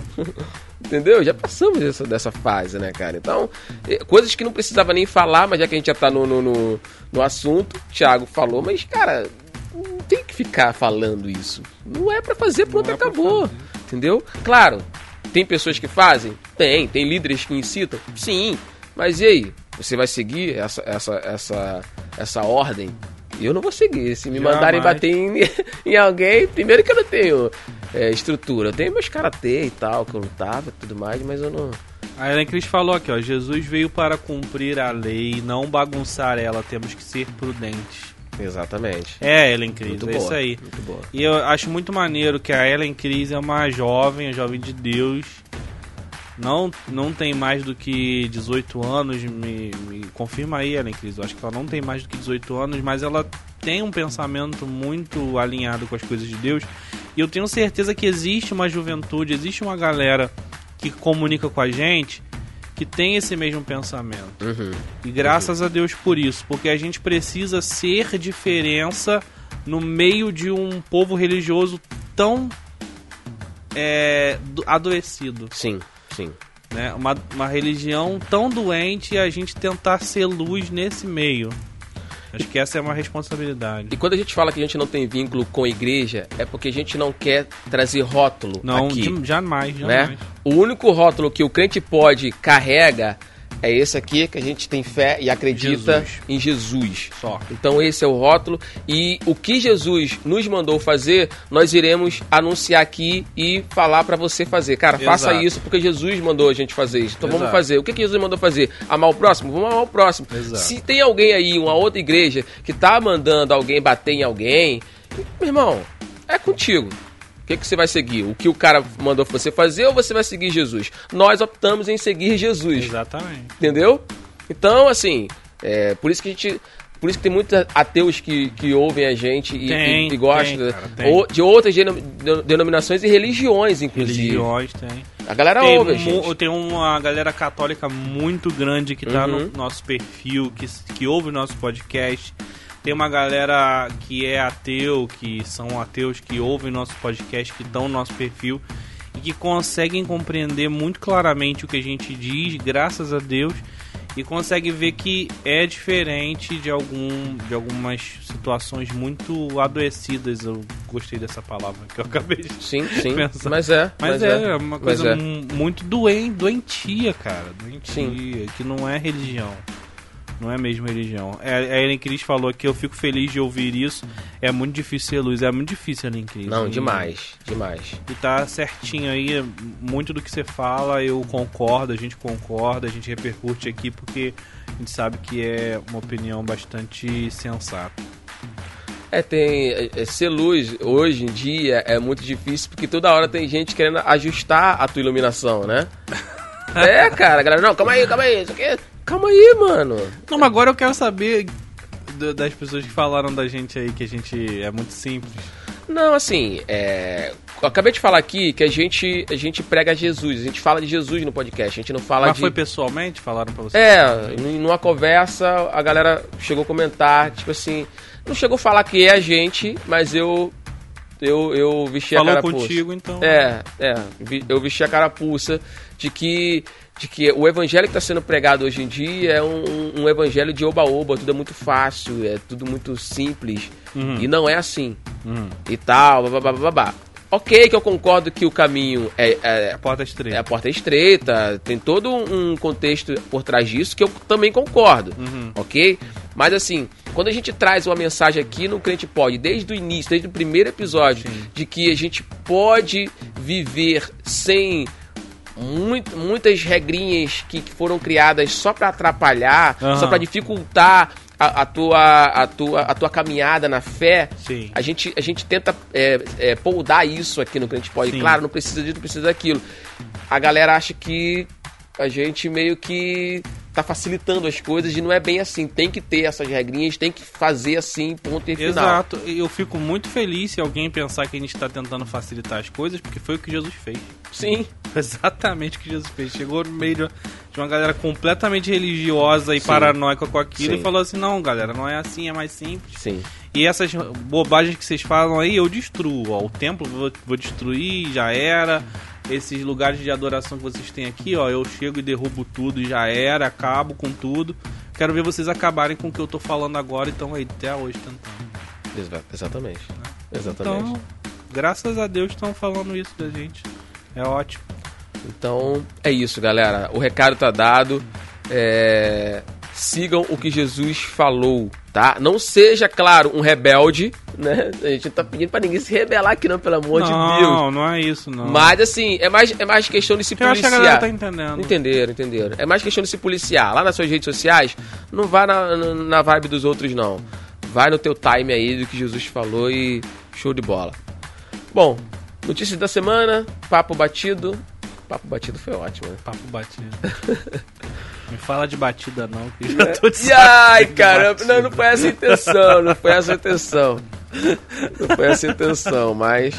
Speaker 2: Entendeu? Já passamos dessa, dessa fase, né, cara? Então, eh, coisas que não precisava nem falar, mas já que a gente já tá no, no, no, no assunto, o Thiago falou, mas, cara, não tem que ficar falando isso. Não é pra fazer, pronto,
Speaker 1: é pra
Speaker 2: acabou.
Speaker 1: fazer.
Speaker 2: Entendeu? Claro, tem pessoas que fazem? Tem. Tem líderes que incitam? Sim. Mas e aí? Você vai seguir essa, essa, essa, essa ordem? Eu não vou seguir. Se me
Speaker 1: Jamais.
Speaker 2: mandarem bater em, em alguém, primeiro que eu não tenho é, estrutura. Eu tenho meus karatê e tal, que eu lutava e tudo mais, mas eu não.
Speaker 1: A Ellen Cris falou aqui, ó. Jesus veio para cumprir a lei e não bagunçar ela. Temos que ser prudentes.
Speaker 2: Exatamente.
Speaker 1: É, Ellen Cris,
Speaker 2: Muito
Speaker 1: é
Speaker 2: boa,
Speaker 1: isso aí.
Speaker 2: Muito boa.
Speaker 1: E eu acho muito maneiro que a Ellen Cris é uma jovem, uma jovem de Deus. Não, não tem mais do que 18 anos, me, me confirma aí, Ellen Cris. Eu acho que ela não tem mais do que 18 anos, mas ela tem um pensamento muito alinhado com as coisas de Deus. E eu tenho certeza que existe uma juventude, existe uma galera que comunica com a gente que tem esse mesmo pensamento.
Speaker 2: Uhum.
Speaker 1: E graças a Deus por isso, porque a gente precisa ser diferença no meio de um povo religioso tão é, do- adoecido,
Speaker 2: Sim, sim.
Speaker 1: né? Uma, uma religião tão doente e a gente tentar ser luz nesse meio. Acho que essa é uma responsabilidade.
Speaker 2: E quando a gente fala que a gente não tem vínculo com igreja, é porque a gente não quer trazer rótulo
Speaker 1: Não,
Speaker 2: aqui.
Speaker 1: de- jamais, jamais.
Speaker 2: né? O único rótulo que o crente pode carrega é esse aqui, que a gente tem fé e acredita
Speaker 1: Jesus.
Speaker 2: em Jesus.
Speaker 1: Só.
Speaker 2: Então esse é o rótulo e o que Jesus nos mandou fazer, nós iremos anunciar aqui e falar pra você fazer. Cara, faça
Speaker 1: Exato.
Speaker 2: isso porque Jesus mandou a gente fazer isso. Então vamos
Speaker 1: Exato.
Speaker 2: fazer. O que, que Jesus mandou fazer? Amar o próximo? Vamos amar o próximo.
Speaker 1: Exato.
Speaker 2: Se tem alguém aí, uma outra igreja que tá mandando alguém bater em alguém, meu irmão, é contigo. O que, que você vai seguir? O que o cara mandou você fazer ou você vai seguir Jesus? Nós optamos em seguir Jesus.
Speaker 1: Exatamente.
Speaker 2: Entendeu? Então, assim, É, por isso que a gente. Por isso que tem muitos ateus que, que ouvem a gente e,
Speaker 1: Tem,
Speaker 2: e- e gostam
Speaker 1: tem,
Speaker 2: né?
Speaker 1: cara, tem.
Speaker 2: Ou- de outras denom- de- denominações e religiões, inclusive.
Speaker 1: Religiões tem.
Speaker 2: A galera
Speaker 1: Tem,
Speaker 2: ouve a
Speaker 1: mu-
Speaker 2: gente.
Speaker 1: um tem uma galera católica muito grande que tá
Speaker 2: Uhum.
Speaker 1: no nosso perfil, que, que ouve o nosso podcast. Tem uma galera que é ateu, que são ateus, que ouvem nosso podcast, que estão no nosso perfil e que conseguem compreender muito claramente o que a gente diz, graças a Deus, e conseguem ver que é diferente de, algum, de algumas situações muito adoecidas. Eu gostei dessa palavra que eu acabei de
Speaker 2: Sim, sim.
Speaker 1: Pensa.
Speaker 2: Mas é.
Speaker 1: mas, é, é uma
Speaker 2: mas
Speaker 1: coisa
Speaker 2: é.
Speaker 1: mu- muito doen- doentia, cara. Doentia,
Speaker 2: Sim.
Speaker 1: que não é religião. Não é mesmo religião. É, a Ellen Cris falou aqui, eu fico feliz de ouvir isso. É muito difícil ser luz, é muito difícil, Ellen Cris.
Speaker 2: Não,
Speaker 1: E-
Speaker 2: demais. Demais.
Speaker 1: E tá certinho aí, muito do que você fala eu concordo, a gente concorda, a gente repercute aqui porque a gente sabe que é uma opinião bastante sensata.
Speaker 2: É, tem. é, é, ser luz hoje em dia é muito difícil porque toda hora tem gente querendo ajustar a tua iluminação, né? é, cara, a galera, não, calma aí, calma aí, isso aqui. é-" Calma aí, mano.
Speaker 1: Não, mas agora eu quero saber do- das pessoas que falaram da gente aí que a gente é muito simples.
Speaker 2: Não, assim, é. eu Acabei de falar aqui que a gente, a gente prega Jesus, a gente fala de Jesus no podcast, a gente não fala
Speaker 1: Mas
Speaker 2: de.
Speaker 1: foi pessoalmente? Falaram pra você?
Speaker 2: É, n- numa conversa, a galera chegou a comentar, tipo assim, não chegou a falar que é a gente, mas eu eu, eu vesti a
Speaker 1: Falou
Speaker 2: carapuça.
Speaker 1: contigo, então.
Speaker 2: É, é, vi- eu vesti a carapuça de que de que o evangelho que está sendo pregado hoje em dia é um, um- um evangelho de oba-oba, tudo é muito fácil, é tudo muito simples.
Speaker 1: Uhum.
Speaker 2: E não é assim.
Speaker 1: Hum.
Speaker 2: E tal, babá, babá. Ok, que eu concordo que o caminho é- é,
Speaker 1: É a porta
Speaker 2: é,
Speaker 1: estreita.
Speaker 2: a porta é estreita, tem todo um contexto por trás disso que eu também concordo,
Speaker 1: Uhum.
Speaker 2: ok? Mas assim, quando a gente traz uma mensagem aqui no Crente Pode, desde o início, desde o primeiro episódio,
Speaker 1: Sim.
Speaker 2: de que a gente pode viver sem muito- muitas regrinhas que, que foram criadas só pra atrapalhar,
Speaker 1: Aham.
Speaker 2: só pra dificultar a, a tua, a, tua, a tua caminhada na fé,
Speaker 1: Sim.
Speaker 2: a gente, a gente tenta é, é, poldar isso aqui no Grande Pode.
Speaker 1: Sim.
Speaker 2: Claro, não precisa disso, não precisa daquilo. A galera acha que a gente meio que tá facilitando as coisas e não é bem assim. Tem que ter essas regrinhas, tem que fazer assim, ponto e final.
Speaker 1: Exato. E Eu fico muito feliz se alguém pensar que a gente tá tentando facilitar as coisas, porque foi o que Jesus fez.
Speaker 2: Sim,
Speaker 1: Exatamente o que Jesus fez. Chegou no meio de uma- de uma galera completamente religiosa e
Speaker 2: Sim.
Speaker 1: paranoica com aquilo
Speaker 2: Sim.
Speaker 1: e falou assim: não, galera, não é assim, é mais simples.
Speaker 2: sim.
Speaker 1: E essas bobagens que vocês falam aí, eu destruo. Ó. O templo eu vou, vou destruir, já era. Esses lugares de adoração que vocês têm aqui, ó, eu chego e derrubo tudo, já era, acabo com tudo. Quero ver vocês acabarem com o que eu tô falando agora, então aí até hoje tentando.
Speaker 2: Exa- exatamente. Exatamente.
Speaker 1: Então, graças a Deus estão falando isso da gente. É ótimo.
Speaker 2: Então é isso, galera. O recado tá dado. É, Sigam o que Jesus falou, tá? Não seja, claro, um rebelde, né? A gente não tá pedindo pra ninguém se rebelar aqui, não, pelo amor
Speaker 1: não,
Speaker 2: de Deus.
Speaker 1: não é isso, não.
Speaker 2: Mas assim, é mais, é mais questão de se
Speaker 1: eu acho que a galera
Speaker 2: policiar.
Speaker 1: tá entendendo.
Speaker 2: Entenderam, entenderam. É mais questão de se policiar. Lá nas suas redes sociais, não vá na, na- na vibe dos outros, não. Vai no teu time aí do que Jesus falou e show de bola. Bom, notícias da semana, papo batido. Papo batido foi ótimo, né?
Speaker 1: Papo batido. Me fala de batida, não, que eu já tô de
Speaker 2: É, E
Speaker 1: saco
Speaker 2: ai,
Speaker 1: cheio de
Speaker 2: caramba,
Speaker 1: batida.
Speaker 2: não, não foi essa a intenção, não foi essa a intenção. Não foi essa a intenção, mas.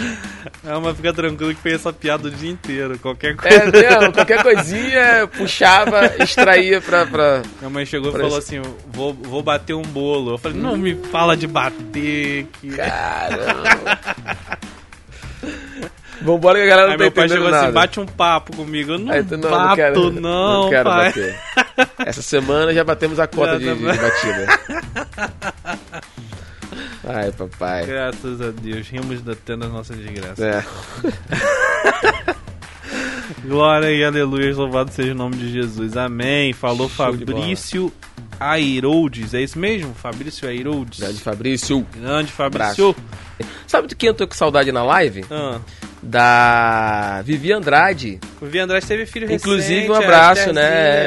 Speaker 1: Ah, mas fica tranquilo que foi essa piada o dia inteiro. Qualquer coisa.
Speaker 2: É mesmo, qualquer coisinha puxava, extraía pra. pra...
Speaker 1: Minha mãe chegou e
Speaker 2: Parece-
Speaker 1: falou assim: vou, vou bater um bolo. Eu falei: não me fala de bater. Que...
Speaker 2: Caramba! Vambora que a galera não
Speaker 1: Aí
Speaker 2: tá
Speaker 1: meu pai
Speaker 2: entendendo
Speaker 1: chegou
Speaker 2: nada.
Speaker 1: assim: bate um papo comigo. Eu não,
Speaker 2: Aí tu, não,
Speaker 1: bato,
Speaker 2: não quero,
Speaker 1: não,
Speaker 2: não quero
Speaker 1: pai.
Speaker 2: bater. Essa semana já batemos a cota
Speaker 1: Já
Speaker 2: de,
Speaker 1: tá
Speaker 2: de
Speaker 1: bom.
Speaker 2: batida. Ai, papai.
Speaker 1: Graças a Deus, rimos da- até das nossas desgraças.
Speaker 2: É.
Speaker 1: Glória e aleluia, louvado seja o nome de Jesus. Amém. Falou
Speaker 2: Show de
Speaker 1: Fabrício Airoldes. É isso mesmo? Fabrício Airoldes.
Speaker 2: Grande Fabrício.
Speaker 1: Grande Fabrício.
Speaker 2: Sabe de quem eu tô com saudade na live?
Speaker 1: Ah.
Speaker 2: Da Vivi Andrade.
Speaker 1: O Vi Andrade teve filho
Speaker 2: Inclusive,
Speaker 1: recente,
Speaker 2: um
Speaker 1: a
Speaker 2: abraço,
Speaker 1: Estherzinha.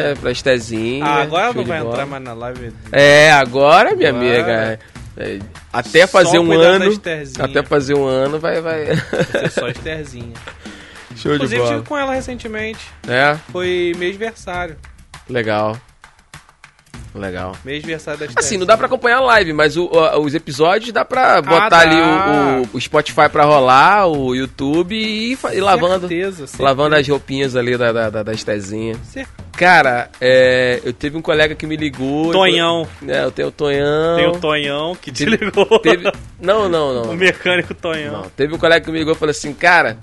Speaker 2: né? Pra Estezinha.
Speaker 1: é, Ah, agora ela
Speaker 2: Show
Speaker 1: não
Speaker 2: de
Speaker 1: vai
Speaker 2: bola.
Speaker 1: entrar mais na live.
Speaker 2: É, agora, minha
Speaker 1: Agora.
Speaker 2: amiga. é, Até fazer
Speaker 1: Só
Speaker 2: um
Speaker 1: cuidar da
Speaker 2: ano.
Speaker 1: Estherzinha.
Speaker 2: Até fazer um ano vai. vai...
Speaker 1: É só Estherzinha.
Speaker 2: Show de
Speaker 1: Inclusive,
Speaker 2: bola.
Speaker 1: estive com ela recentemente.
Speaker 2: É,
Speaker 1: Foi mêsversário.
Speaker 2: legal. Legal.
Speaker 1: Mês versário das
Speaker 2: Assim, não dá pra acompanhar a live, mas o- a- os episódios dá pra botar
Speaker 1: Ah, dá.
Speaker 2: ali o, o- o Spotify pra rolar, o YouTube e, fa- e lavando.
Speaker 1: Certeza, assim. certeza.
Speaker 2: Lavando as roupinhas ali da, da, da- das tezinhas.
Speaker 1: Cer-
Speaker 2: Cara, é, eu teve um colega que me ligou.
Speaker 1: Tonhão.
Speaker 2: É, eu tenho o Tonhão.
Speaker 1: Tem o Tonhão que te ligou.
Speaker 2: Teve- Não, não, não.
Speaker 1: O mecânico Tonhão.
Speaker 2: Não, Teve um colega que me ligou e falou assim, cara,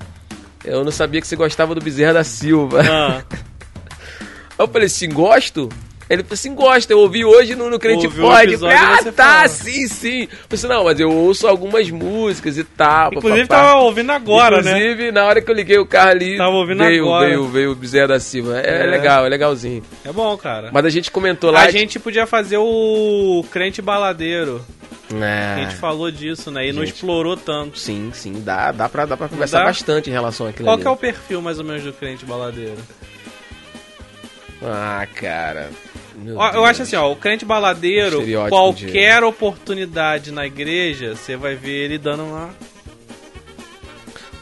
Speaker 2: eu não sabia que você gostava do Bezerra da Silva.
Speaker 1: Ah,
Speaker 2: Eu falei assim, gosto? Ele falou assim, gosta, eu ouvi hoje no, no Crente
Speaker 1: Ouviu o
Speaker 2: Pode. Eu
Speaker 1: um episódio
Speaker 2: falei,
Speaker 1: e
Speaker 2: ah,
Speaker 1: você
Speaker 2: tá,
Speaker 1: fala.
Speaker 2: sim, sim. Eu falei assim, não, mas eu ouço algumas músicas e tal.
Speaker 1: inclusive
Speaker 2: papapá.
Speaker 1: tava ouvindo agora, né?
Speaker 2: Inclusive, na hora que eu liguei o carro ali,
Speaker 1: Tava ouvindo
Speaker 2: veio,
Speaker 1: agora.
Speaker 2: veio, veio o Bezerra da Silva. É,
Speaker 1: É.
Speaker 2: legal, é legalzinho.
Speaker 1: É bom, cara.
Speaker 2: Mas a gente comentou lá...
Speaker 1: A gente podia fazer o crente baladeiro.
Speaker 2: É,
Speaker 1: A gente falou disso, né? E não
Speaker 2: Gente.
Speaker 1: explorou tanto.
Speaker 2: Sim, sim, dá, dá, pra, dá pra conversar
Speaker 1: dá?
Speaker 2: bastante em relação àquilo
Speaker 1: Qual
Speaker 2: ali.
Speaker 1: que é o perfil mais ou menos do crente baladeiro?
Speaker 2: Ah, cara... meu
Speaker 1: Ó, eu
Speaker 2: Deus.
Speaker 1: acho assim, ó, o crente baladeiro,
Speaker 2: Estereótipo
Speaker 1: qualquer oportunidade na igreja, você vai ver ele dando uma.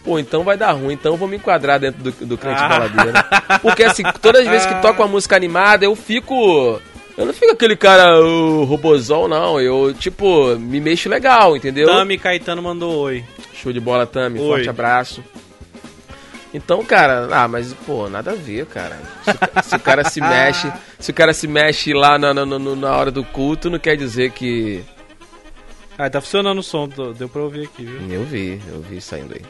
Speaker 2: Pô, então vai dar ruim, então eu vou me enquadrar dentro do, do crente
Speaker 1: Ah.
Speaker 2: baladeiro. Porque assim, todas as vezes que toco uma música animada, eu fico. Eu não fico aquele cara, o robozão, não. Eu, tipo, me mexo legal, entendeu?
Speaker 1: Tami Caetano mandou oi.
Speaker 2: Show de bola, Tami.
Speaker 1: Oi.
Speaker 2: Forte abraço. Então, cara, ah, mas, pô, nada a ver, cara. Se, o ca- se o cara se mexe, se o cara se mexe lá na, na, na- na hora do culto, não quer dizer que.
Speaker 1: Ah, tá funcionando o som, tô- deu pra ouvir aqui, viu?
Speaker 2: Eu vi, eu vi saindo aí.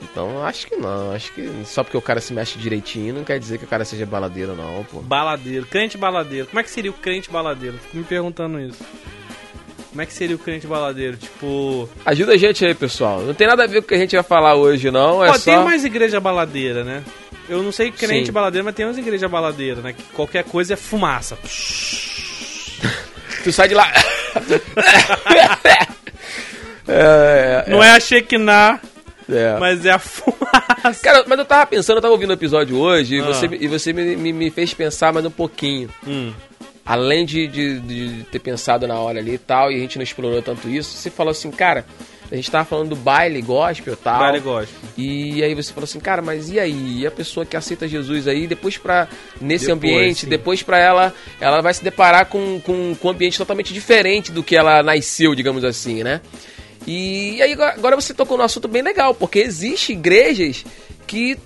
Speaker 2: Então, acho que não, acho que só porque o cara se mexe direitinho não quer dizer que o cara seja baladeiro, não, pô.
Speaker 1: Baladeiro, crente baladeiro. Como é que seria o crente baladeiro? Fico me perguntando isso. Como é que seria o crente baladeiro? Tipo.
Speaker 2: Ajuda a gente aí, pessoal. Não tem nada a ver com o que a gente vai falar hoje, não. É
Speaker 1: Pô,
Speaker 2: só.
Speaker 1: tem mais igreja baladeira, né? Eu não sei crente
Speaker 2: Sim.
Speaker 1: baladeiro, mas tem umas igreja baladeira, né? Que qualquer coisa é fumaça.
Speaker 2: Tu sai de lá. é, é,
Speaker 1: Não é a Shekinah,
Speaker 2: é.
Speaker 1: mas é a fumaça.
Speaker 2: Cara, mas eu tava pensando, eu tava ouvindo o episódio hoje e
Speaker 1: Ah.
Speaker 2: você, e você me, me, me fez pensar mais um pouquinho.
Speaker 1: Hum.
Speaker 2: Além de, de, de ter pensado na hora ali e tal, e a gente não explorou tanto isso, você falou assim, cara, a gente tava falando do baile gospel e tal.
Speaker 1: Vale gospel.
Speaker 2: E aí você falou assim, cara, mas e aí? E a pessoa que aceita Jesus aí, depois pra. nesse
Speaker 1: Depois,
Speaker 2: ambiente,
Speaker 1: sim.
Speaker 2: depois pra ela, ela vai se deparar com, com, com um ambiente totalmente diferente do que ela nasceu, digamos assim, né? E aí agora- agora você tocou num assunto bem legal, porque existe igrejas que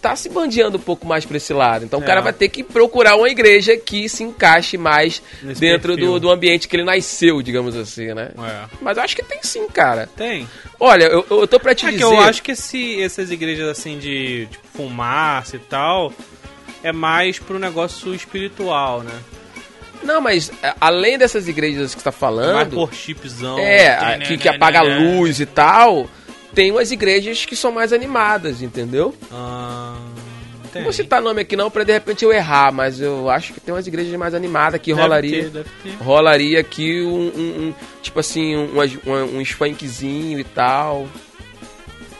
Speaker 2: tá se bandeando um pouco mais pra esse lado. Então o
Speaker 1: É.
Speaker 2: cara vai ter que procurar uma igreja que se encaixe mais
Speaker 1: Nesse
Speaker 2: dentro
Speaker 1: perfil.
Speaker 2: do, do ambiente que ele nasceu, digamos assim, né?
Speaker 1: É.
Speaker 2: Mas eu acho que tem sim, cara.
Speaker 1: Tem.
Speaker 2: Olha, eu, eu tô pra te
Speaker 1: É
Speaker 2: dizer...
Speaker 1: que eu acho que esse- essas igrejas assim de tipo, fumaça e tal é mais pro negócio espiritual, né?
Speaker 2: Não, mas é, além dessas igrejas que você tá
Speaker 1: É mais né?
Speaker 2: falando,
Speaker 1: worshipzão.
Speaker 2: é, a- que, que apaga a luz e tal, tem umas igrejas que são mais animadas, entendeu?
Speaker 1: Ah, tem.
Speaker 2: Não vou citar nome aqui não pra de repente eu errar, mas eu acho que tem umas igrejas mais animadas que
Speaker 1: Deve
Speaker 2: rolaria.
Speaker 1: ter, deve ter.
Speaker 2: Rolaria aqui um, um- um- tipo assim, um, um, um funkzinho e tal.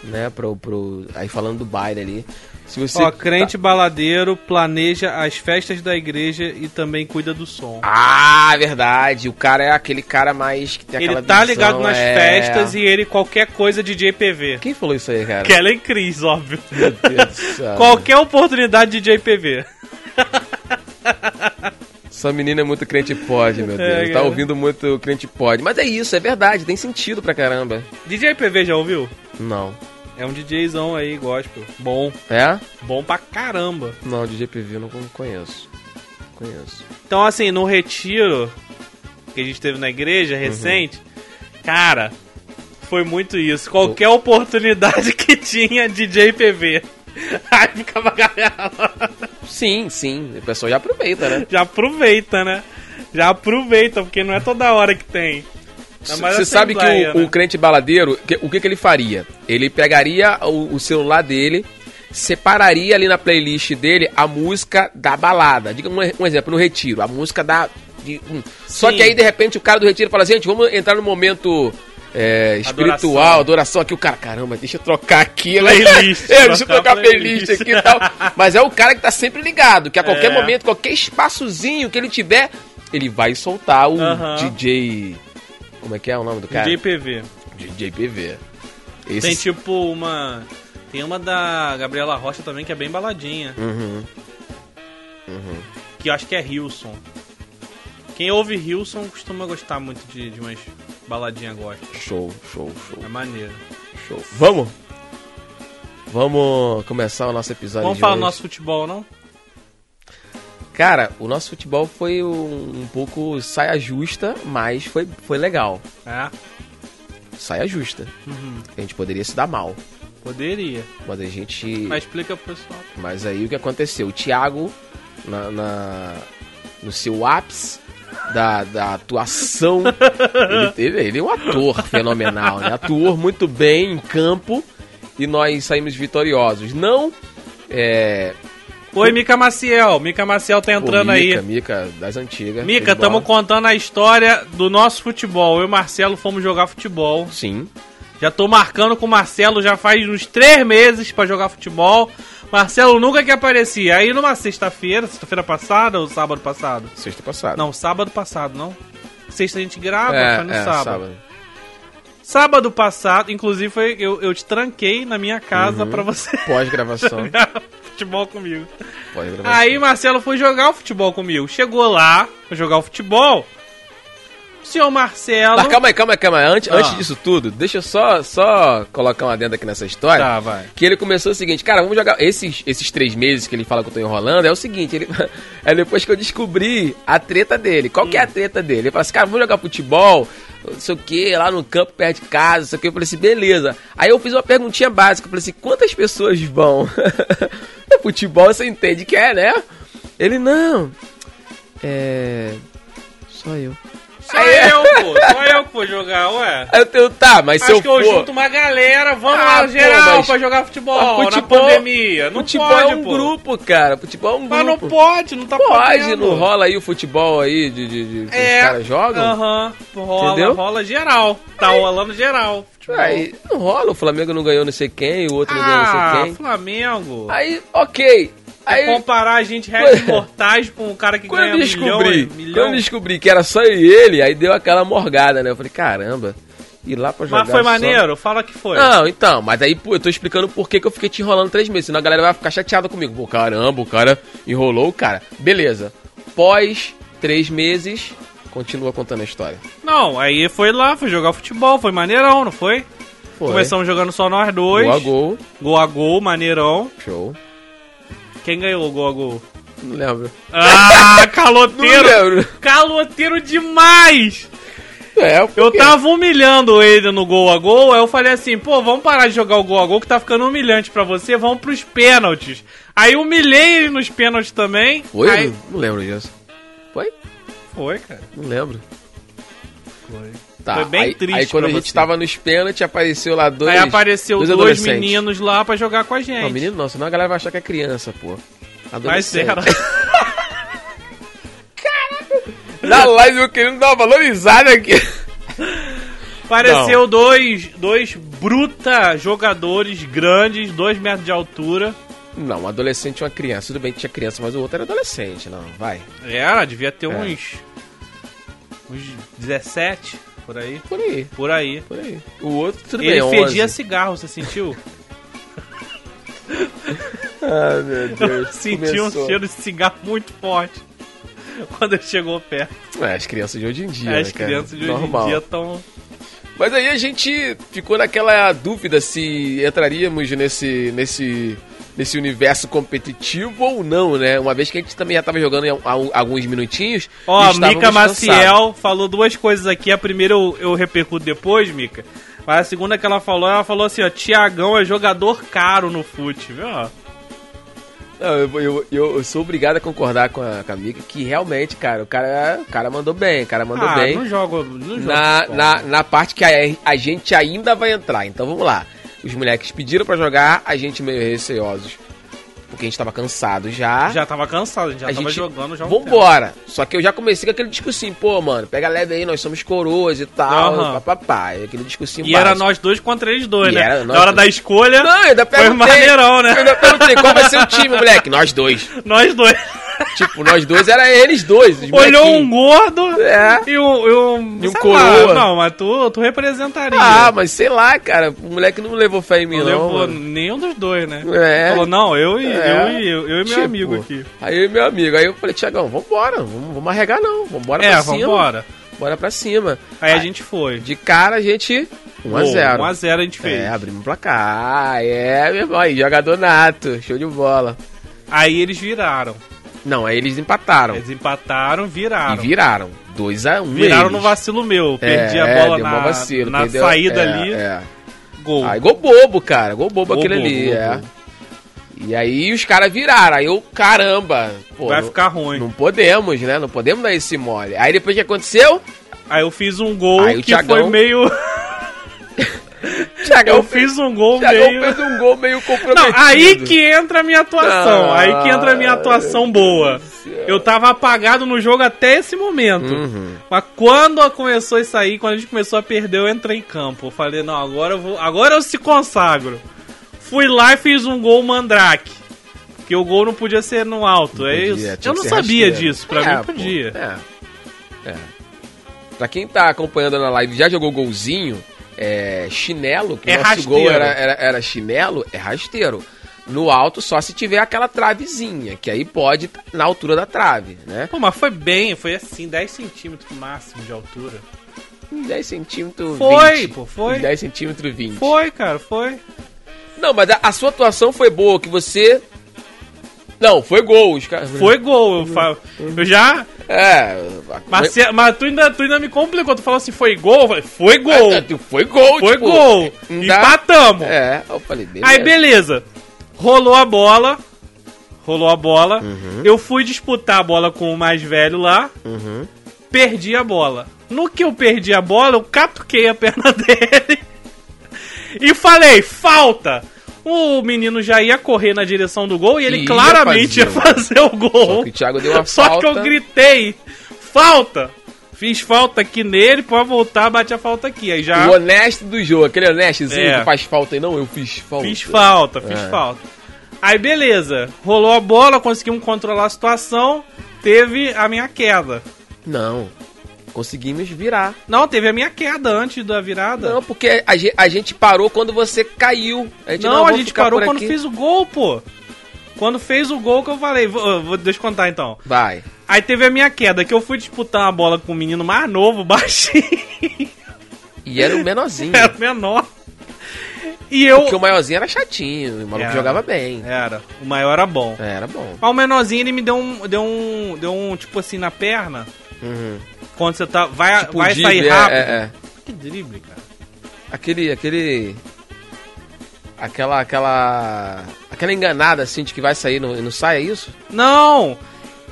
Speaker 2: Né, pro, pro. Aí falando do baile ali. Se você. tá-
Speaker 1: Ó, crente baladeiro planeja as festas da igreja e também cuida do som.
Speaker 2: Ah, verdade. O cara é aquele cara mais que tem aquela
Speaker 1: ele tá
Speaker 2: visão,
Speaker 1: ligado nas
Speaker 2: é.
Speaker 1: festas e ele qualquer coisa de JPV.
Speaker 2: Quem falou isso aí, cara?
Speaker 1: Kellen Cris, óbvio.
Speaker 2: Meu Deus do céu.
Speaker 1: Qualquer oportunidade de JPV.
Speaker 2: Essa menina é muito crente pode, meu Deus.
Speaker 1: É,
Speaker 2: tá
Speaker 1: cara.
Speaker 2: ouvindo muito crente pode. Mas é isso, é verdade, tem sentido pra caramba.
Speaker 1: DJ PV já ouviu?
Speaker 2: Não.
Speaker 1: É um DJzão aí, gospel. Bom.
Speaker 2: É?
Speaker 1: Bom pra caramba.
Speaker 2: Não, DJ PV eu não conheço. Conheço.
Speaker 1: Então, assim, no retiro que a gente teve na igreja recente, cara, foi muito isso. Qualquer oportunidade que tinha, DJ PV. Aí ficava a galera lá.
Speaker 2: Sim, sim. O pessoal já aproveita, né?
Speaker 1: Já aproveita, né? Já aproveita, porque não é toda hora que tem. Ainda mais
Speaker 2: Você
Speaker 1: a
Speaker 2: sabe que
Speaker 1: Assembleia,
Speaker 2: o,
Speaker 1: né?
Speaker 2: o crente baladeiro, que- o que, que ele faria? Ele pegaria o, o celular dele, separaria ali na playlist dele a música da balada. Diga um, um exemplo, no retiro, a música da. de- hum. Só
Speaker 1: Sim.
Speaker 2: que aí, de repente, o cara do retiro fala, assim, gente, vamos entrar no momento. é, espiritual, adoração.
Speaker 1: Adoração.
Speaker 2: aqui, o cara, caramba, deixa eu trocar aqui, né?
Speaker 1: Playlist,
Speaker 2: é, deixa
Speaker 1: trocar
Speaker 2: eu trocar a
Speaker 1: a
Speaker 2: playlist
Speaker 1: playlist.
Speaker 2: aqui e tal. Mas é o cara que tá sempre ligado, que a qualquer
Speaker 1: É.
Speaker 2: momento, qualquer espaçozinho que ele tiver, ele vai soltar o
Speaker 1: Aham.
Speaker 2: DJ como é que é o nome do cara?
Speaker 1: DJ PV.
Speaker 2: DJ PV.
Speaker 1: Tem
Speaker 2: Esse.
Speaker 1: tipo uma. Tem uma da Gabriela Rocha também que é bem baladinha.
Speaker 2: Uhum.
Speaker 1: Que eu acho que é Hilson. Quem ouve Hilson costuma gostar muito de, de umas baladinhas gospel.
Speaker 2: Show, show, show,
Speaker 1: É maneiro.
Speaker 2: show. Vamos? Vamos começar o nosso episódio
Speaker 1: Vamos
Speaker 2: de
Speaker 1: falar do
Speaker 2: hoje.
Speaker 1: nosso futebol, não?
Speaker 2: Cara, o nosso futebol foi um, um pouco saia justa, mas foi, foi legal.
Speaker 1: É.
Speaker 2: Saia justa.
Speaker 1: Uhum.
Speaker 2: A gente poderia se dar mal,
Speaker 1: Poderia.
Speaker 2: mas a gente...
Speaker 1: Mas explica pro pessoal.
Speaker 2: Mas aí o que aconteceu? O Thiago, na, na- no seu ápice da, da atuação, ele, teve- ele é um ator fenomenal, né? Atuou muito bem em campo e nós saímos vitoriosos. Não. É,
Speaker 1: Oi, Mica Maciel. Mica Maciel tá
Speaker 2: pô,
Speaker 1: entrando aí.
Speaker 2: Mica, Mica das antigas.
Speaker 1: Mica,
Speaker 2: show de bola.
Speaker 1: estamos contando a história do nosso futebol. Eu e o Marcelo fomos jogar futebol.
Speaker 2: Sim.
Speaker 1: Já tô marcando com o Marcelo já faz uns três meses pra jogar futebol. Marcelo nunca que aparecia. Aí numa sexta-feira, sexta-feira passada ou sábado passado?
Speaker 2: Sexta passada.
Speaker 1: Não, sábado passado, não. Sexta a gente grava,
Speaker 2: é,
Speaker 1: foi no
Speaker 2: é,
Speaker 1: sábado.
Speaker 2: sábado.
Speaker 1: sábado. passado, inclusive, foi eu, eu te tranquei na minha
Speaker 2: Uhum.
Speaker 1: casa pra você
Speaker 2: Pós-gravação.
Speaker 1: jogar futebol comigo.
Speaker 2: Tá Pós-gravação.
Speaker 1: Aí Marcelo foi jogar o futebol comigo. Chegou lá pra jogar o futebol. O senhor Marcelo.
Speaker 2: Mas calma aí, calma aí, calma aí. Antes,
Speaker 1: Ah.
Speaker 2: antes disso tudo, deixa eu só, só colocar uma adenda aqui nessa história.
Speaker 1: Tá, vai.
Speaker 2: Que ele começou o seguinte, cara, vamos jogar. Esses, esses três meses que ele fala que eu tô enrolando é o seguinte, ele, é depois que eu descobri a treta dele. Qual
Speaker 1: Hum.
Speaker 2: que é a treta dele? Ele fala assim, cara, vamos jogar futebol, não sei o que, lá no campo, perto de casa, não sei o que. Eu falei assim, beleza. Aí eu fiz uma perguntinha básica, eu falei assim, quantas pessoas vão? É futebol você entende que é, né? Ele, não. É. Só eu.
Speaker 1: Só eu, pô. Só eu que vou jogar, ué.
Speaker 2: Aí eu tenho, tá, mas se
Speaker 1: Acho
Speaker 2: eu
Speaker 1: que eu
Speaker 2: for.
Speaker 1: junto uma galera, vamos
Speaker 2: Ah,
Speaker 1: lá,
Speaker 2: pô,
Speaker 1: geral,
Speaker 2: mas-
Speaker 1: pra jogar futebol,
Speaker 2: Mas
Speaker 1: na pandemia. Não
Speaker 2: futebol
Speaker 1: pode,
Speaker 2: é um
Speaker 1: pô.
Speaker 2: grupo, cara. Futebol é um
Speaker 1: Mas não
Speaker 2: grupo.
Speaker 1: pode, não tá
Speaker 2: Pode,
Speaker 1: podendo.
Speaker 2: não rola aí o futebol aí de, de, de que
Speaker 1: É.
Speaker 2: os caras jogam?
Speaker 1: Aham, rola,
Speaker 2: Entendeu?
Speaker 1: rola geral. Tá rolando geral. futebol.
Speaker 2: Aí não rola, o Flamengo não ganhou não sei quem, o outro não ganhou não
Speaker 1: ah,
Speaker 2: sei quem.
Speaker 1: Flamengo.
Speaker 2: Aí, ok.
Speaker 1: É
Speaker 2: Aí,
Speaker 1: comparar a gente reais mortais com um cara que
Speaker 2: quando
Speaker 1: ganha
Speaker 2: eu descobri,
Speaker 1: milhões,
Speaker 2: quando eu
Speaker 1: milhões.
Speaker 2: descobri que era só eu e ele, aí deu aquela morgada, né? Eu falei, caramba, ir lá pra jogar
Speaker 1: Mas foi
Speaker 2: só-
Speaker 1: maneiro? Fala que foi.
Speaker 2: Não, então, mas aí pô, eu tô explicando por que, que eu fiquei te enrolando três meses, senão a galera vai ficar chateada comigo. Pô, caramba, o cara enrolou o cara. Beleza. Pós três meses, continua contando a história.
Speaker 1: Não, aí foi lá, foi jogar futebol, foi maneirão, não foi?
Speaker 2: Foi.
Speaker 1: Começamos jogando só nós dois.
Speaker 2: Gol a gol.
Speaker 1: Gol a gol, maneirão.
Speaker 2: Show.
Speaker 1: Quem ganhou o gol a gol?
Speaker 2: Não lembro.
Speaker 1: Ah,
Speaker 2: Não é.
Speaker 1: caloteiro!
Speaker 2: lembro.
Speaker 1: Caloteiro demais!
Speaker 2: É,
Speaker 1: Eu tava humilhando ele no gol a gol, aí eu falei assim, pô, vamos parar de jogar o gol a gol que tá ficando humilhante pra você, vamos pros pênaltis. Aí humilhei ele nos pênaltis também.
Speaker 2: Foi?
Speaker 1: Aí...
Speaker 2: Não lembro disso. Foi?
Speaker 1: Foi, cara.
Speaker 2: Não lembro.
Speaker 1: Foi.
Speaker 2: Tá,
Speaker 1: Foi bem
Speaker 2: aí,
Speaker 1: triste
Speaker 2: Aí quando
Speaker 1: pra
Speaker 2: a gente
Speaker 1: você.
Speaker 2: tava nos pênaltis, apareceu lá dois.
Speaker 1: Aí apareceu dois,
Speaker 2: adolescentes.
Speaker 1: meninos lá pra jogar com a gente.
Speaker 2: Não, menino não, senão a galera vai achar que é criança, pô.
Speaker 1: Mas
Speaker 2: Adolescente.
Speaker 1: era.
Speaker 2: Na live eu querendo dar uma valorizada aqui.
Speaker 1: Apareceu dois, dois bruta jogadores grandes, dois metros de altura.
Speaker 2: Não, um adolescente e uma criança. Tudo bem que tinha criança, mas o outro era adolescente, não. Vai.
Speaker 1: Era, devia ter
Speaker 2: É.
Speaker 1: uns. uns 17, por aí.
Speaker 2: Por aí,
Speaker 1: Por aí.
Speaker 2: por aí. O outro, tudo
Speaker 1: Ele
Speaker 2: bem, 11.
Speaker 1: fedia cigarro, você sentiu?
Speaker 2: Ah, meu Deus.
Speaker 1: Sentiu um
Speaker 2: começou.
Speaker 1: cheiro de cigarro muito forte. Quando ele chegou perto.
Speaker 2: É, as crianças de hoje em dia,
Speaker 1: As
Speaker 2: né, cara?
Speaker 1: crianças de hoje
Speaker 2: Normal.
Speaker 1: em dia estão.
Speaker 2: Mas aí a gente ficou naquela dúvida se entraríamos nesse, nesse, nesse universo competitivo ou não, né? Uma vez que a gente também já tava jogando há há alguns minutinhos. e
Speaker 1: Ó,
Speaker 2: estávamos
Speaker 1: Mica
Speaker 2: cansados.
Speaker 1: Maciel falou duas coisas aqui. A primeira eu, eu repercuto depois, Mica. Mas a segunda que ela falou, ela falou assim, ó, Tiagão é jogador caro no fute, viu? ó?
Speaker 2: Não, eu, eu, eu- eu sou obrigado a concordar com a, com a Mika que realmente, cara, o cara, o cara mandou bem, o cara mandou
Speaker 1: ah,
Speaker 2: bem.
Speaker 1: não jogo, não jogo.
Speaker 2: na,
Speaker 1: futebol.
Speaker 2: na, na parte que a, a gente ainda vai entrar. Então vamos lá. Os moleques pediram pra jogar, a gente meio receosos. Porque a gente tava cansado já.
Speaker 1: Já tava cansado, a gente já
Speaker 2: a
Speaker 1: tava
Speaker 2: gente,
Speaker 1: jogando já há um tempo.
Speaker 2: Vambora. Só que eu já comecei com aquele discursinho, pô, mano, pega leve aí, nós somos coroas e tal,
Speaker 1: Aham.
Speaker 2: papapá. E Aquele discursinho
Speaker 1: E era
Speaker 2: básico.
Speaker 1: nós dois contra eles dois,
Speaker 2: E
Speaker 1: né?
Speaker 2: era nós
Speaker 1: Na hora
Speaker 2: dois.
Speaker 1: da escolha,
Speaker 2: Não, eu ainda
Speaker 1: foi
Speaker 2: perguntei.
Speaker 1: maneirão,
Speaker 2: Eu
Speaker 1: né?
Speaker 2: ainda perguntei, qual vai ser o time, moleque? Nós dois.
Speaker 1: Nós dois.
Speaker 2: tipo, nós dois era eles dois. os
Speaker 1: Olhou
Speaker 2: molequinhos.
Speaker 1: um gordo
Speaker 2: É.
Speaker 1: e um. E um,
Speaker 2: E um
Speaker 1: sei
Speaker 2: coroa.
Speaker 1: lá, não, mas tu, tu representaria.
Speaker 2: Ah, mas sei lá, cara. O moleque não levou fé em mim,
Speaker 1: não
Speaker 2: não.
Speaker 1: levou
Speaker 2: mano.
Speaker 1: nenhum dos dois, né?
Speaker 2: É.
Speaker 1: Falou, não, eu e,
Speaker 2: É.
Speaker 1: eu e, eu, eu e meu
Speaker 2: Tipo,
Speaker 1: amigo aqui.
Speaker 2: Aí eu e meu amigo. Aí eu falei, Tiagão, vambora. Vamos, vamos arregar, não. Vambora
Speaker 1: É,
Speaker 2: pra cima.
Speaker 1: vambora.
Speaker 2: Bora pra cima.
Speaker 1: Aí a gente foi.
Speaker 2: De cara, Um a gente... 1x0.
Speaker 1: 1 a 0 a gente fez.
Speaker 2: É, abrimos o placar. É, meu irmão. Aí, jogador nato. Show de bola.
Speaker 1: Aí eles viraram.
Speaker 2: Não, aí eles empataram.
Speaker 1: Eles empataram,
Speaker 2: E
Speaker 1: viraram.
Speaker 2: viraram. 2x1
Speaker 1: Viraram
Speaker 2: eles.
Speaker 1: no vacilo meu. Perdi
Speaker 2: É,
Speaker 1: a bola
Speaker 2: deu
Speaker 1: na,
Speaker 2: mó vacilo,
Speaker 1: na
Speaker 2: perdeu-
Speaker 1: saída
Speaker 2: é,
Speaker 1: ali.
Speaker 2: É.
Speaker 1: Gol.
Speaker 2: Aí gol bobo, cara. Gol bobo
Speaker 1: Gol
Speaker 2: aquele
Speaker 1: bobo,
Speaker 2: ali,
Speaker 1: gol
Speaker 2: é.
Speaker 1: bobo.
Speaker 2: E aí os caras viraram. Aí eu, caramba. pô,
Speaker 1: Vai
Speaker 2: não-
Speaker 1: ficar ruim.
Speaker 2: Não podemos, né? Não podemos dar esse mole. Aí depois o que aconteceu?
Speaker 1: Aí eu fiz um gol
Speaker 2: Aí o
Speaker 1: que
Speaker 2: Thiagão-
Speaker 1: foi meio.
Speaker 2: Thiagão
Speaker 1: eu fiz um gol
Speaker 2: Thiagão
Speaker 1: meio.
Speaker 2: fez um gol meio comprometido.
Speaker 1: Não, aí que entra a minha atuação.
Speaker 2: Ah,
Speaker 1: aí que entra a minha atuação boa. Eu tava apagado no jogo até esse momento.
Speaker 2: Uhum.
Speaker 1: Mas quando começou isso aí, quando a gente começou a perder, eu entrei em campo. Eu falei, não, agora eu vou. Agora eu se consagro. Fui lá e fiz um gol mandrake. Porque o gol não podia ser no alto. é
Speaker 2: Podia,
Speaker 1: isso.
Speaker 2: tinha que
Speaker 1: eu não
Speaker 2: ser
Speaker 1: sabia
Speaker 2: rasteiro.
Speaker 1: disso. Pra
Speaker 2: É,
Speaker 1: mim
Speaker 2: pô,
Speaker 1: podia.
Speaker 2: É. É. Pra quem tá acompanhando na live e já jogou golzinho, é chinelo, que
Speaker 1: É
Speaker 2: o nosso gol
Speaker 1: rasteiro.
Speaker 2: era, era, era chinelo, é rasteiro. No alto, só se tiver aquela travezinha, que aí pode tá na altura da trave, né?
Speaker 1: Pô, mas foi bem, foi assim, 10 centímetros máximo de altura.
Speaker 2: Uhum. Em 10 centímetros,
Speaker 1: Foi,
Speaker 2: 20.
Speaker 1: pô, foi.
Speaker 2: Em 10 centímetros, 20.
Speaker 1: Foi, cara, foi.
Speaker 2: Não, mas a, a sua atuação foi boa, que você... Não, foi gol, os caras...
Speaker 1: Foi gol,
Speaker 2: Uhum.
Speaker 1: eu falo. Eu já.
Speaker 2: É... a-
Speaker 1: Mas, se- mas tu, ainda, tu ainda me complicou. Tu falou assim, foi gol? Eu falei, Foi gol!
Speaker 2: Ah, tu- Foi gol,
Speaker 1: Foi
Speaker 2: tipo,
Speaker 1: gol!
Speaker 2: não dá-
Speaker 1: Empatamos!
Speaker 2: É, eu falei, beleza.
Speaker 1: Aí beleza. Rolou a bola. Rolou a bola. Eu fui disputar a bola com o mais velho lá.
Speaker 2: Uhum.
Speaker 1: Perdi a bola. No que eu perdi a bola, eu catuquei a perna dele. e falei, falta! O menino já ia correr na direção do gol e ele
Speaker 2: E ia
Speaker 1: claramente ia
Speaker 2: fazer
Speaker 1: fazer o gol.
Speaker 2: Só que o Thiago deu uma
Speaker 1: Só que
Speaker 2: falta.
Speaker 1: eu gritei, falta! Fiz falta aqui nele, pode voltar, bate a falta aqui. Aí já.
Speaker 2: O honesto do jogo, aquele honestozinho
Speaker 1: É.
Speaker 2: que faz falta e não, eu fiz falta.
Speaker 1: Fiz falta, fiz
Speaker 2: É.
Speaker 1: falta. Aí beleza, rolou a bola, conseguimos controlar a situação, teve a minha queda.
Speaker 2: Não. Conseguimos virar.
Speaker 1: Não, teve a minha queda antes da virada.
Speaker 2: Não, porque a ge- a gente, parou quando você caiu. A gente
Speaker 1: Não, a
Speaker 2: vou
Speaker 1: gente
Speaker 2: ficar
Speaker 1: parou
Speaker 2: por
Speaker 1: quando
Speaker 2: aqui.
Speaker 1: fez o gol, pô. Quando fez o gol que eu falei, vou, vou deixa eu contar então.
Speaker 2: Vai.
Speaker 1: Aí teve a minha queda, que eu fui disputar uma bola com um menino mais novo, baixinho,
Speaker 2: E era o menorzinho.
Speaker 1: era menor. E eu.
Speaker 2: Porque o maiorzinho era chatinho, o maluco
Speaker 1: Era.
Speaker 2: jogava bem.
Speaker 1: Era, o maior era bom.
Speaker 2: É, Era bom.
Speaker 1: Mas o menorzinho ele me deu um. Deu um. Deu um, tipo assim, na perna.
Speaker 2: Uhum.
Speaker 1: Quando você tá. Vai,
Speaker 2: Tipo,
Speaker 1: vai
Speaker 2: drible,
Speaker 1: sair
Speaker 2: é,
Speaker 1: rápido.
Speaker 2: é, é.
Speaker 1: Que drible, cara.
Speaker 2: Aquele, aquele... Aquela, aquela... Aquela enganada, assim, de que vai sair e não, e não sai, é isso?
Speaker 1: Não!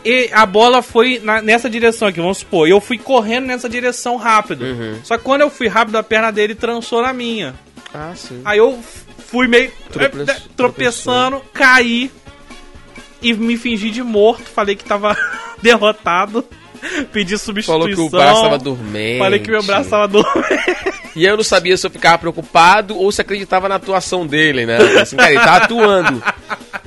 Speaker 1: E a bola foi na- nessa direção aqui, vamos supor. Eu fui correndo nessa direção rápido.
Speaker 2: Uhum.
Speaker 1: Só que quando eu fui rápido, a perna dele trançou na minha.
Speaker 2: Ah, sim.
Speaker 1: Aí eu f- fui meio
Speaker 2: Tropeçou,
Speaker 1: eh, tropeçando, caí e me fingi de morto. Falei que tava derrotado. Pedi substituição.
Speaker 2: Falou que o braço tava dormente.
Speaker 1: Falei que meu braço tava doendo.
Speaker 2: E eu não sabia se eu ficava preocupado ou se acreditava na atuação dele, né? Assim, cara, ele tá atuando.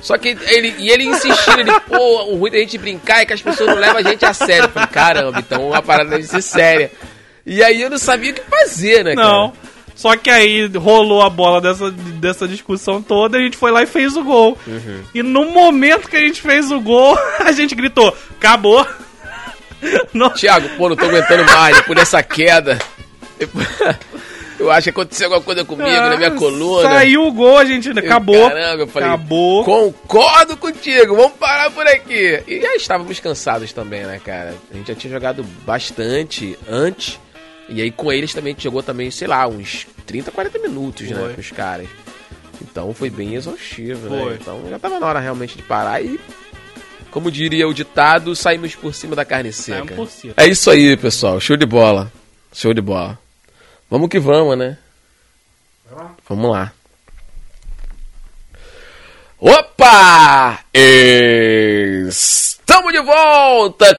Speaker 2: Só que ele, e ele insistindo, ele, pô, o ruim da gente brincar é que as pessoas não levam a gente a sério. Eu falei, caramba, então a parada deve ser séria. E aí eu não sabia o que fazer, né, cara?
Speaker 1: Não. Só que aí rolou a bola dessa, dessa discussão toda, a gente foi lá e fez o gol.
Speaker 2: Uhum.
Speaker 1: E no momento que a gente fez o gol, a gente gritou: acabou! Não,
Speaker 2: Tiago, pô, não tô aguentando mais por essa queda. Eu, eu acho que aconteceu alguma coisa comigo, na minha coluna.
Speaker 1: Saiu o gol, a gente
Speaker 2: Eu,
Speaker 1: Ah, acabou.
Speaker 2: Caramba, eu falei.
Speaker 1: acabou.
Speaker 2: Concordo contigo, vamos parar por aqui. E já estávamos cansados também, né, cara? A gente já tinha jogado bastante antes. E aí com eles também a gente jogou também, sei lá, uns 30, 40 minutos, né,
Speaker 1: Foi.
Speaker 2: com os caras. Então foi bem exaustivo,
Speaker 1: Foi.
Speaker 2: né? Então já tava na hora realmente de parar e como diria o ditado, saímos por cima da carne
Speaker 1: Saiu
Speaker 2: seca.
Speaker 1: por cima.
Speaker 2: É isso aí, pessoal. Show de bola. Show de bola. Vamos que vamos, né? Vamos lá. Opa! Estamos de volta!